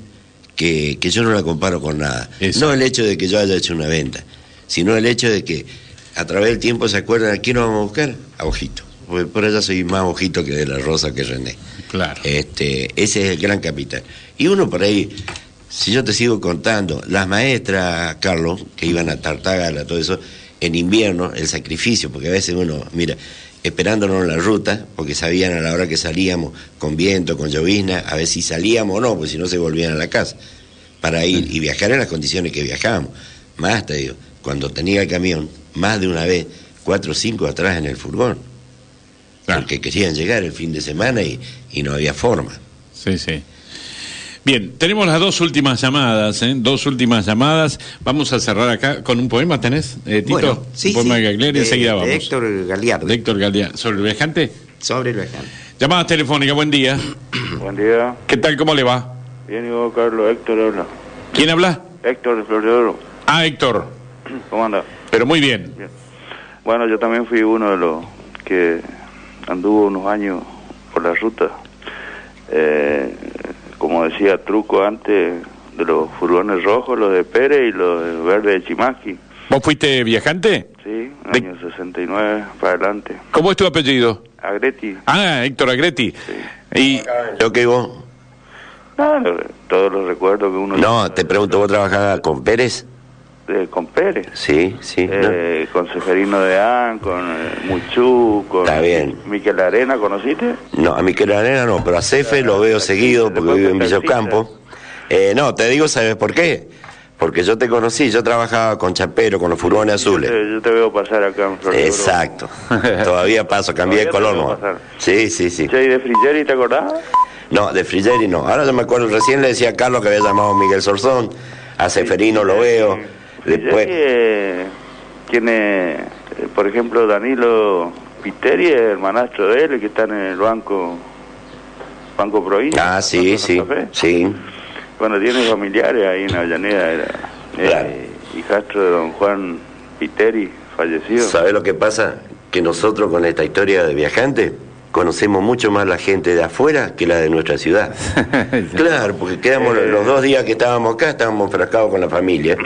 Speaker 1: que, que yo no la comparo con nada.
Speaker 2: Eso.
Speaker 1: No el hecho de que yo haya hecho una venta, sino el hecho de que a través del tiempo se acuerdan a quién nos vamos a buscar, a Ojito. Porque por allá soy más Ojito que de la Rosa que René.
Speaker 2: Claro.
Speaker 1: Este, ese es el gran capital. Y uno por ahí, si yo te sigo contando, las maestras, Carlos, que iban a Tartagala, todo eso, en invierno, el sacrificio, porque a veces uno, mira, esperándonos en la ruta, porque sabían a la hora que salíamos, con viento, con llovizna, a ver si salíamos o no, porque si no se volvían a la casa, para ir y viajar en las condiciones que viajábamos. Más, te digo, cuando tenía el camión, más de una vez, cuatro o cinco atrás en el furgón, porque querían llegar el fin de semana y, y no había forma.
Speaker 2: Sí, sí. Bien, tenemos las dos últimas llamadas, ¿eh? dos últimas llamadas. Vamos a cerrar acá con un poema, ¿tenés, eh, Tito?
Speaker 6: Bueno, sí,
Speaker 2: un poema
Speaker 6: sí.
Speaker 2: de Gagliardi,
Speaker 6: De-
Speaker 2: enseguida
Speaker 6: de
Speaker 2: vamos.
Speaker 6: Héctor Galiardi.
Speaker 2: De Héctor Galiardi. ¿Sobre el viajante?
Speaker 6: Sobre el viajante.
Speaker 2: Llamadas telefónicas, buen día.
Speaker 12: Buen día.
Speaker 2: ¿Qué tal, cómo le va?
Speaker 12: Bien, yo, Carlos. Héctor habla.
Speaker 2: ¿Quién habla?
Speaker 12: Héctor de Flor de Oro.
Speaker 2: Ah, Héctor.
Speaker 12: ¿Cómo anda?
Speaker 2: Pero muy bien.
Speaker 12: Bueno, yo también fui uno de los que anduvo unos años por la ruta. Eh, como decía Truco antes, de los furgones rojos, los de Pérez y los de verde de Chimasqui.
Speaker 2: ¿Vos fuiste viajante?
Speaker 5: Sí, año 69 para adelante.
Speaker 2: ¿Cómo es tu apellido?
Speaker 5: Agretti,
Speaker 2: Ah, Héctor Agretti. ¿Y
Speaker 1: lo que vos?
Speaker 2: Ah,
Speaker 5: todos los recuerdos que uno...
Speaker 1: No, te pregunto, ¿vos trabajabas con Pérez?
Speaker 5: Eh, con Pérez,
Speaker 1: Sí, sí. ¿no?
Speaker 5: eh, con Seferino de An, con eh, Muchú, con
Speaker 1: Está bien.
Speaker 5: Miquel Arena, ¿conociste?
Speaker 1: No, a Miquel Arena no, pero a Cefe lo veo seguido porque vive en Villocampo. Eh, no, te digo, ¿sabes por qué? Porque yo te conocí, yo trabajaba con Chapero, con los furones azules.
Speaker 5: Eh, yo te veo pasar acá en Flor de Oro.
Speaker 1: Exacto. Todavía paso, cambié de
Speaker 5: Todavía
Speaker 1: color.
Speaker 5: te veo
Speaker 1: ¿no?
Speaker 5: pasar.
Speaker 1: Sí, sí, sí.
Speaker 5: Che, ¿y de Frigeri te acordás?
Speaker 1: No, de Friggeri no. Ahora yo me acuerdo, recién le decía a Carlos que había llamado a Miguel Sorzón, a Seferino lo veo.
Speaker 5: Después...
Speaker 1: Después,
Speaker 5: eh, tiene, eh, por ejemplo, Danilo Piteri, el hermanastro de él, que está en el banco Banco Provincia.
Speaker 1: ah, sí, sí, sí.
Speaker 5: Bueno, tiene familiares ahí en Avellaneda, era eh, hijastro de don Juan Piteri, fallecido.
Speaker 1: ¿Sabes lo que pasa? Que nosotros con esta historia de viajante conocemos mucho más la gente de afuera que la de nuestra
Speaker 2: [laughs]
Speaker 1: ciudad. Claro, porque quedamos
Speaker 5: Eh.
Speaker 1: los dos días que estábamos acá, estábamos enfrascados con la familia.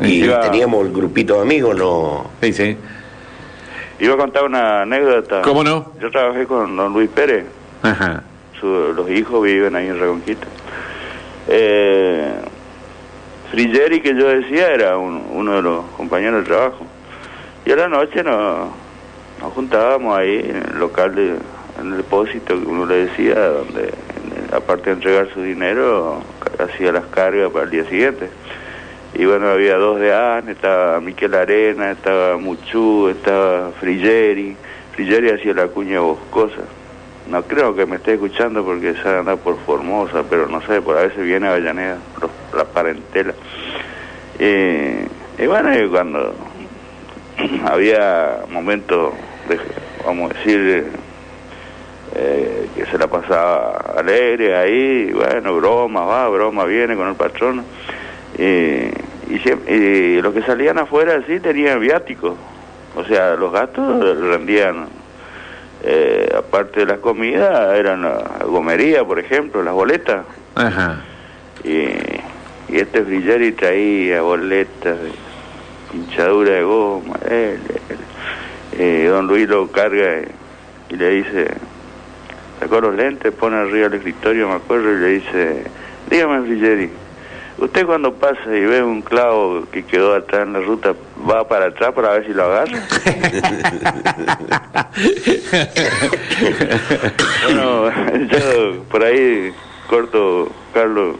Speaker 1: Y
Speaker 5: Iba-
Speaker 1: teníamos el grupito de amigos, no.
Speaker 2: Sí, sí.
Speaker 5: Iba a contar una anécdota.
Speaker 2: ¿Cómo no?
Speaker 5: Yo trabajé con don Luis Pérez,
Speaker 2: Ajá.
Speaker 5: su- los hijos viven ahí en Reconquista. Eh, Friggeri, que yo decía, era un- uno de los compañeros de trabajo. Y a la noche nos, nos juntábamos ahí en el local, de, en el depósito, que uno le decía, donde en el- aparte de entregar su dinero, ca- hacía las cargas para el día siguiente. Y bueno, había dos de AN, estaba Miquel Arena, estaba Muchú, estaba Friggeri. Friggeri hacía la cuña boscosa. No creo que me esté escuchando porque sabe andar por Formosa, pero no sé, por a veces viene a Avellaneda, los- la parentela. Eh, y bueno, y cuando [clears throat] había momentos, de, vamos a decir, eh, que se la pasaba alegre ahí, bueno, broma va, broma viene con el patrón. Eh, y, siem- y los que salían afuera sí tenían viáticos, o sea, los gastos rendían eh, aparte de las comidas, eran la gomería, por ejemplo, las boletas.
Speaker 2: Ajá.
Speaker 5: Y, y este Friggeri traía boletas, de pinchadura de goma. él, él. Eh, don Luis lo carga eh, y, le dice, sacó los lentes, pone arriba el escritorio, me acuerdo, y le dice, dígame Friggeri, ¿usted cuando pasa y ve un clavo que quedó atrás en la ruta, va para atrás para ver si lo agarra? Bueno, yo por ahí corto, Carlos.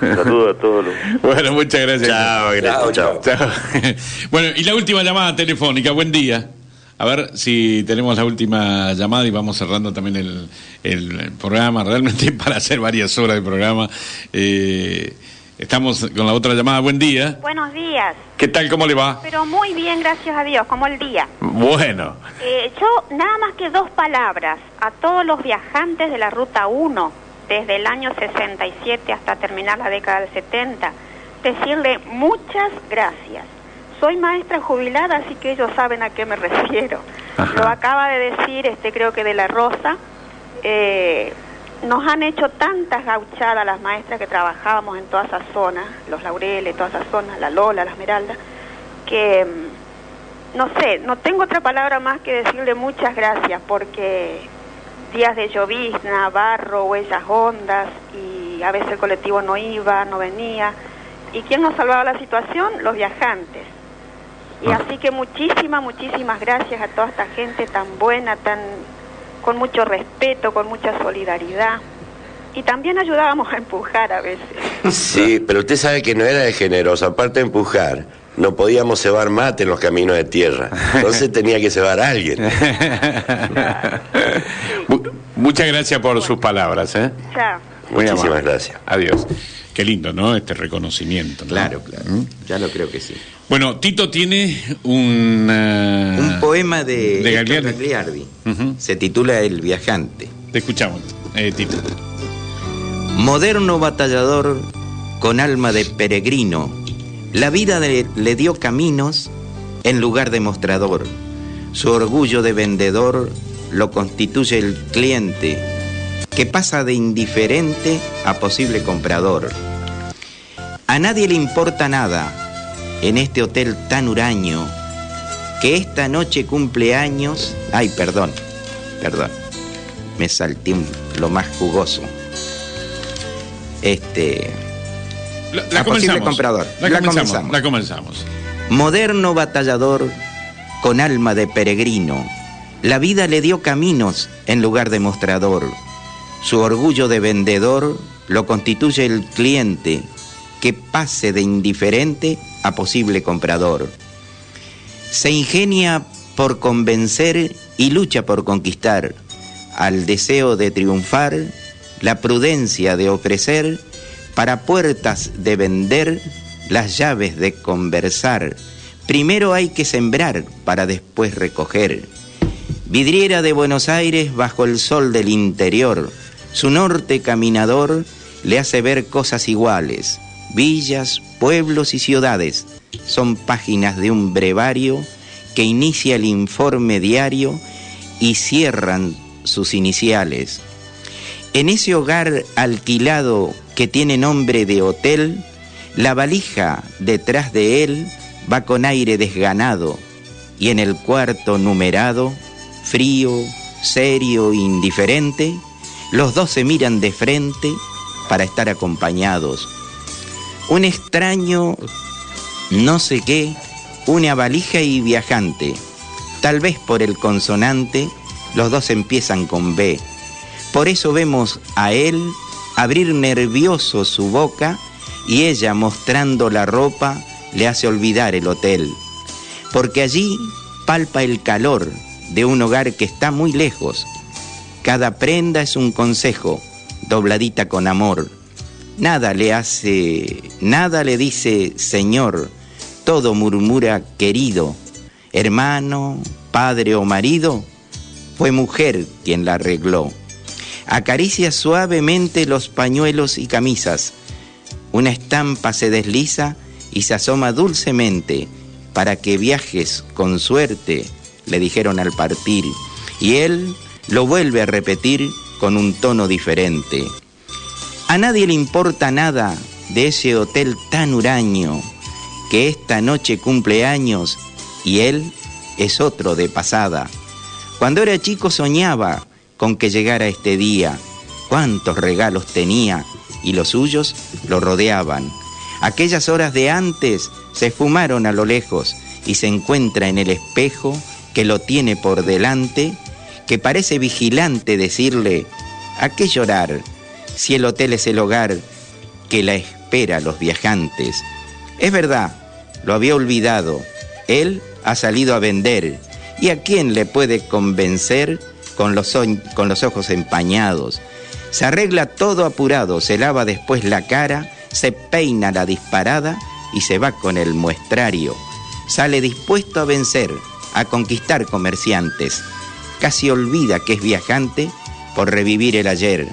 Speaker 5: Saludos a todos los.
Speaker 2: Bueno, muchas gracias. Chao,
Speaker 5: gracias. Chao,
Speaker 2: bueno, y la última llamada telefónica. Buen día. A ver si tenemos la última llamada y vamos cerrando también el, el programa. Realmente [laughs] para hacer varias horas de programa. Eh, estamos con la otra llamada. Buen día.
Speaker 17: Buenos días,
Speaker 2: ¿Qué tal? ¿Cómo le va?
Speaker 17: pero muy bien, gracias a Dios, como el día.
Speaker 2: Bueno.
Speaker 17: Eh, yo nada más que dos palabras a todos los viajantes de la Ruta 1, desde el año 67 hasta terminar la década del 70, decirle muchas gracias. Soy maestra jubilada, así que ellos saben a qué me refiero. Lo acaba de decir, este creo que de la Rosa, eh, nos han hecho tantas gauchadas las maestras que trabajábamos en toda esa zona, los laureles, toda esa zona, la Lola, la Esmeralda, que mm, no sé, no tengo otra palabra más que decirle muchas gracias porque días de llovizna, barro, huellas hondas y a veces el colectivo no iba, no venía. ¿Y quién nos salvaba la situación? Los viajantes. Y así que muchísimas, muchísimas gracias a toda esta gente tan buena, tan con mucho respeto, con mucha solidaridad. Y también ayudábamos a empujar a veces.
Speaker 1: [laughs] Sí, pero usted sabe que no era de generoso. Aparte de empujar, no podíamos cebar mate en los caminos de tierra. Entonces tenía que cebar a alguien.
Speaker 2: [laughs] Mu- Muchas gracias por sus palabras. ¿eh?
Speaker 17: Chao.
Speaker 1: Muchísimas gracias.
Speaker 2: Adiós. Qué lindo, ¿no? Este reconocimiento. Claro, claro.
Speaker 6: Ya lo creo que sí.
Speaker 2: Bueno, Tito tiene un... Ah.
Speaker 6: Un poema de,
Speaker 2: de
Speaker 6: Héctor
Speaker 2: Gagliardi.
Speaker 6: Gagliardi. Se titula El viajante.
Speaker 2: Te escuchamos, eh, Tito.
Speaker 6: Moderno batallador con alma de peregrino, la vida de- le dio caminos en lugar de mostrador. Su orgullo de vendedor lo constituye el cliente, que pasa de indiferente a posible comprador. A nadie le importa nada, en este hotel tan huraño, que esta noche cumple años. Ay, perdón, perdón. Me salté un- lo más jugoso. Este.
Speaker 2: La,
Speaker 6: A posible comprador.
Speaker 2: La,
Speaker 6: La
Speaker 2: comenzamos,
Speaker 6: comenzamos.
Speaker 2: La comenzamos.
Speaker 6: Moderno batallador con alma de peregrino, la vida le dio caminos en lugar de mostrador. Su orgullo de vendedor lo constituye el cliente que pase de indiferente a posible comprador. Se ingenia por convencer y lucha por conquistar. Al deseo de triunfar, la prudencia de ofrecer, para puertas de vender, las llaves de conversar. Primero hay que sembrar para después recoger. Vidriera de Buenos Aires bajo el sol del interior, su norte caminador le hace ver cosas iguales. Villas, pueblos y ciudades son páginas de un brevario que inicia el informe diario y cierran sus iniciales. En ese hogar alquilado que tiene nombre de hotel, la valija detrás de él va con aire desganado y en el cuarto numerado, frío, serio, e indiferente, los dos se miran de frente para estar acompañados. Un extraño, no sé qué, una valija y viajante. Tal vez por el consonante, los dos empiezan con B. Por eso vemos a él abrir nervioso su boca y ella mostrando la ropa le hace olvidar el hotel. Porque allí palpa el calor de un hogar que está muy lejos. Cada prenda es un consejo, dobladita con amor. Nada le hace, nada le dice Señor, todo murmura querido, hermano, padre o marido, fue mujer quien la arregló. Acaricia suavemente los pañuelos y camisas. Una estampa se desliza y se asoma dulcemente para que viajes con suerte, le dijeron al partir. Y él lo vuelve a repetir con un tono diferente. A nadie le importa nada de ese hotel tan huraño que esta noche cumple años y él es otro de pasada. Cuando era chico soñaba con que llegara este día. Cuántos regalos tenía y los suyos lo rodeaban. Aquellas horas de antes se fumaron a lo lejos y se encuentra en el espejo que lo tiene por delante, que parece vigilante decirle, ¿a qué llorar si el hotel es el hogar que la espera a los viajantes? Es verdad, lo había olvidado. Él ha salido a vender. ¿Y a quién le puede convencer con los, oñ- con los ojos empañados? Se arregla todo apurado, se lava después la cara, se peina la disparada y se va con el muestrario. Sale dispuesto a vencer, a conquistar comerciantes. Casi olvida que es viajante por revivir el ayer.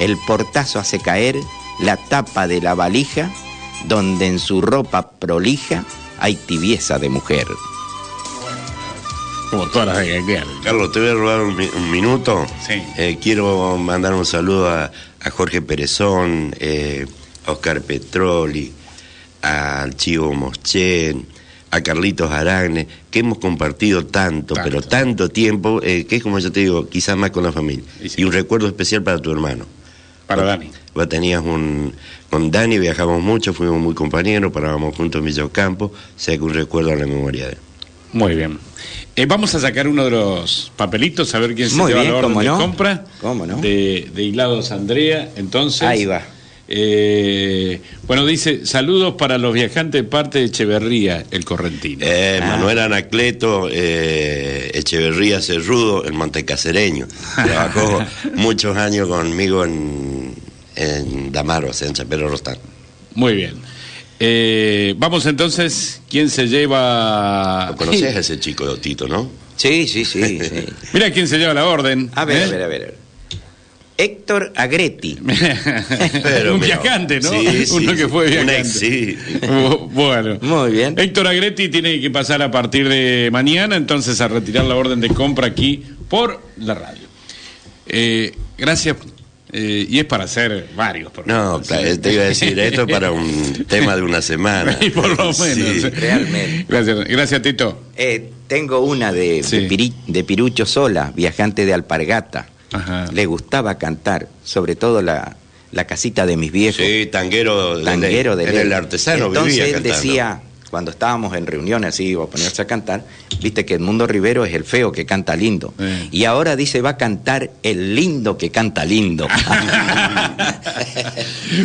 Speaker 6: El portazo hace caer la tapa de la valija donde en su ropa prolija hay tibieza de mujer.
Speaker 2: Como todas las de
Speaker 1: Carlos, te voy a robar un, mi- un minuto. Eh, quiero mandar un saludo a, a Jorge Perezón, eh, a Oscar Petroli, al Chivo Moschén, a Carlitos Aragne, que hemos compartido tanto, pero tanto tiempo, eh, que es como yo te digo, quizás más con la familia. Y un recuerdo especial para tu hermano.
Speaker 2: Para
Speaker 1: Vos-
Speaker 2: Dani.
Speaker 1: Vos tenías un... Con Dani viajamos mucho, fuimos muy compañeros, parábamos juntos en Villocampo, o sea que un recuerdo a la memoria de él.
Speaker 2: Muy bien. Eh, vamos a sacar uno de los papelitos a ver quién se
Speaker 1: Muy
Speaker 2: lleva
Speaker 1: bien,
Speaker 2: la orden
Speaker 1: cómo
Speaker 2: de
Speaker 1: no.
Speaker 2: compra. De, de Hilados Andrea. Entonces. Ahí va. bueno, dice, saludos para los viajantes de parte de Echeverría, el correntino.
Speaker 1: Eh,
Speaker 6: Ah.
Speaker 1: Manuel Anacleto, eh, Echeverría Cerrudo, el montecacereño.
Speaker 6: [laughs]
Speaker 1: Trabajó muchos años conmigo en, en Damaros, en Chapero Rostán.
Speaker 2: Muy bien. Eh, vamos entonces, ¿quién se lleva?
Speaker 1: Lo conocés a ese chico de Otito, ¿no?
Speaker 6: Sí, sí, sí. sí.
Speaker 2: Mira quién se lleva la orden.
Speaker 6: A ver,
Speaker 2: ¿eh?
Speaker 6: a ver, a ver. Héctor
Speaker 2: [laughs]
Speaker 6: Agretti.
Speaker 2: un viajante, ¿no? [laughs] Uno que fue viajante. Bu- bueno.
Speaker 6: Muy bien.
Speaker 2: Héctor Agretti tiene que pasar a partir de mañana, entonces, a retirar la orden de compra aquí por la radio. Eh, gracias, eh, y es para hacer varios.
Speaker 1: [laughs] No, claro, te iba a decir, esto es para un tema de
Speaker 6: [laughs]
Speaker 1: una semana.
Speaker 2: [laughs] Y por lo menos.
Speaker 1: Sí.
Speaker 6: Ah, Realmente.
Speaker 2: Gracias, gracias Tito.
Speaker 6: Eh, tengo una de, de Piri- de Pirucho Sola, viajante de Alpargata. Le gustaba cantar, sobre todo la, la casita de mis viejos.
Speaker 1: Sí, tanguero de
Speaker 6: Tanguero de
Speaker 1: ley. Era
Speaker 6: ley.
Speaker 1: el artesano,
Speaker 6: Entonces
Speaker 1: vivía
Speaker 6: él
Speaker 1: cantando.
Speaker 6: decía, cuando estábamos en reuniones así, iba a ponerse a cantar, viste que Edmundo Rivero es el feo que canta lindo. Y ahora dice, va a cantar el lindo que canta
Speaker 1: [laughs]
Speaker 6: lindo.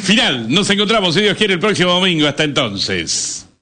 Speaker 2: Final, nos encontramos, si Dios quiere, el próximo domingo. Hasta entonces.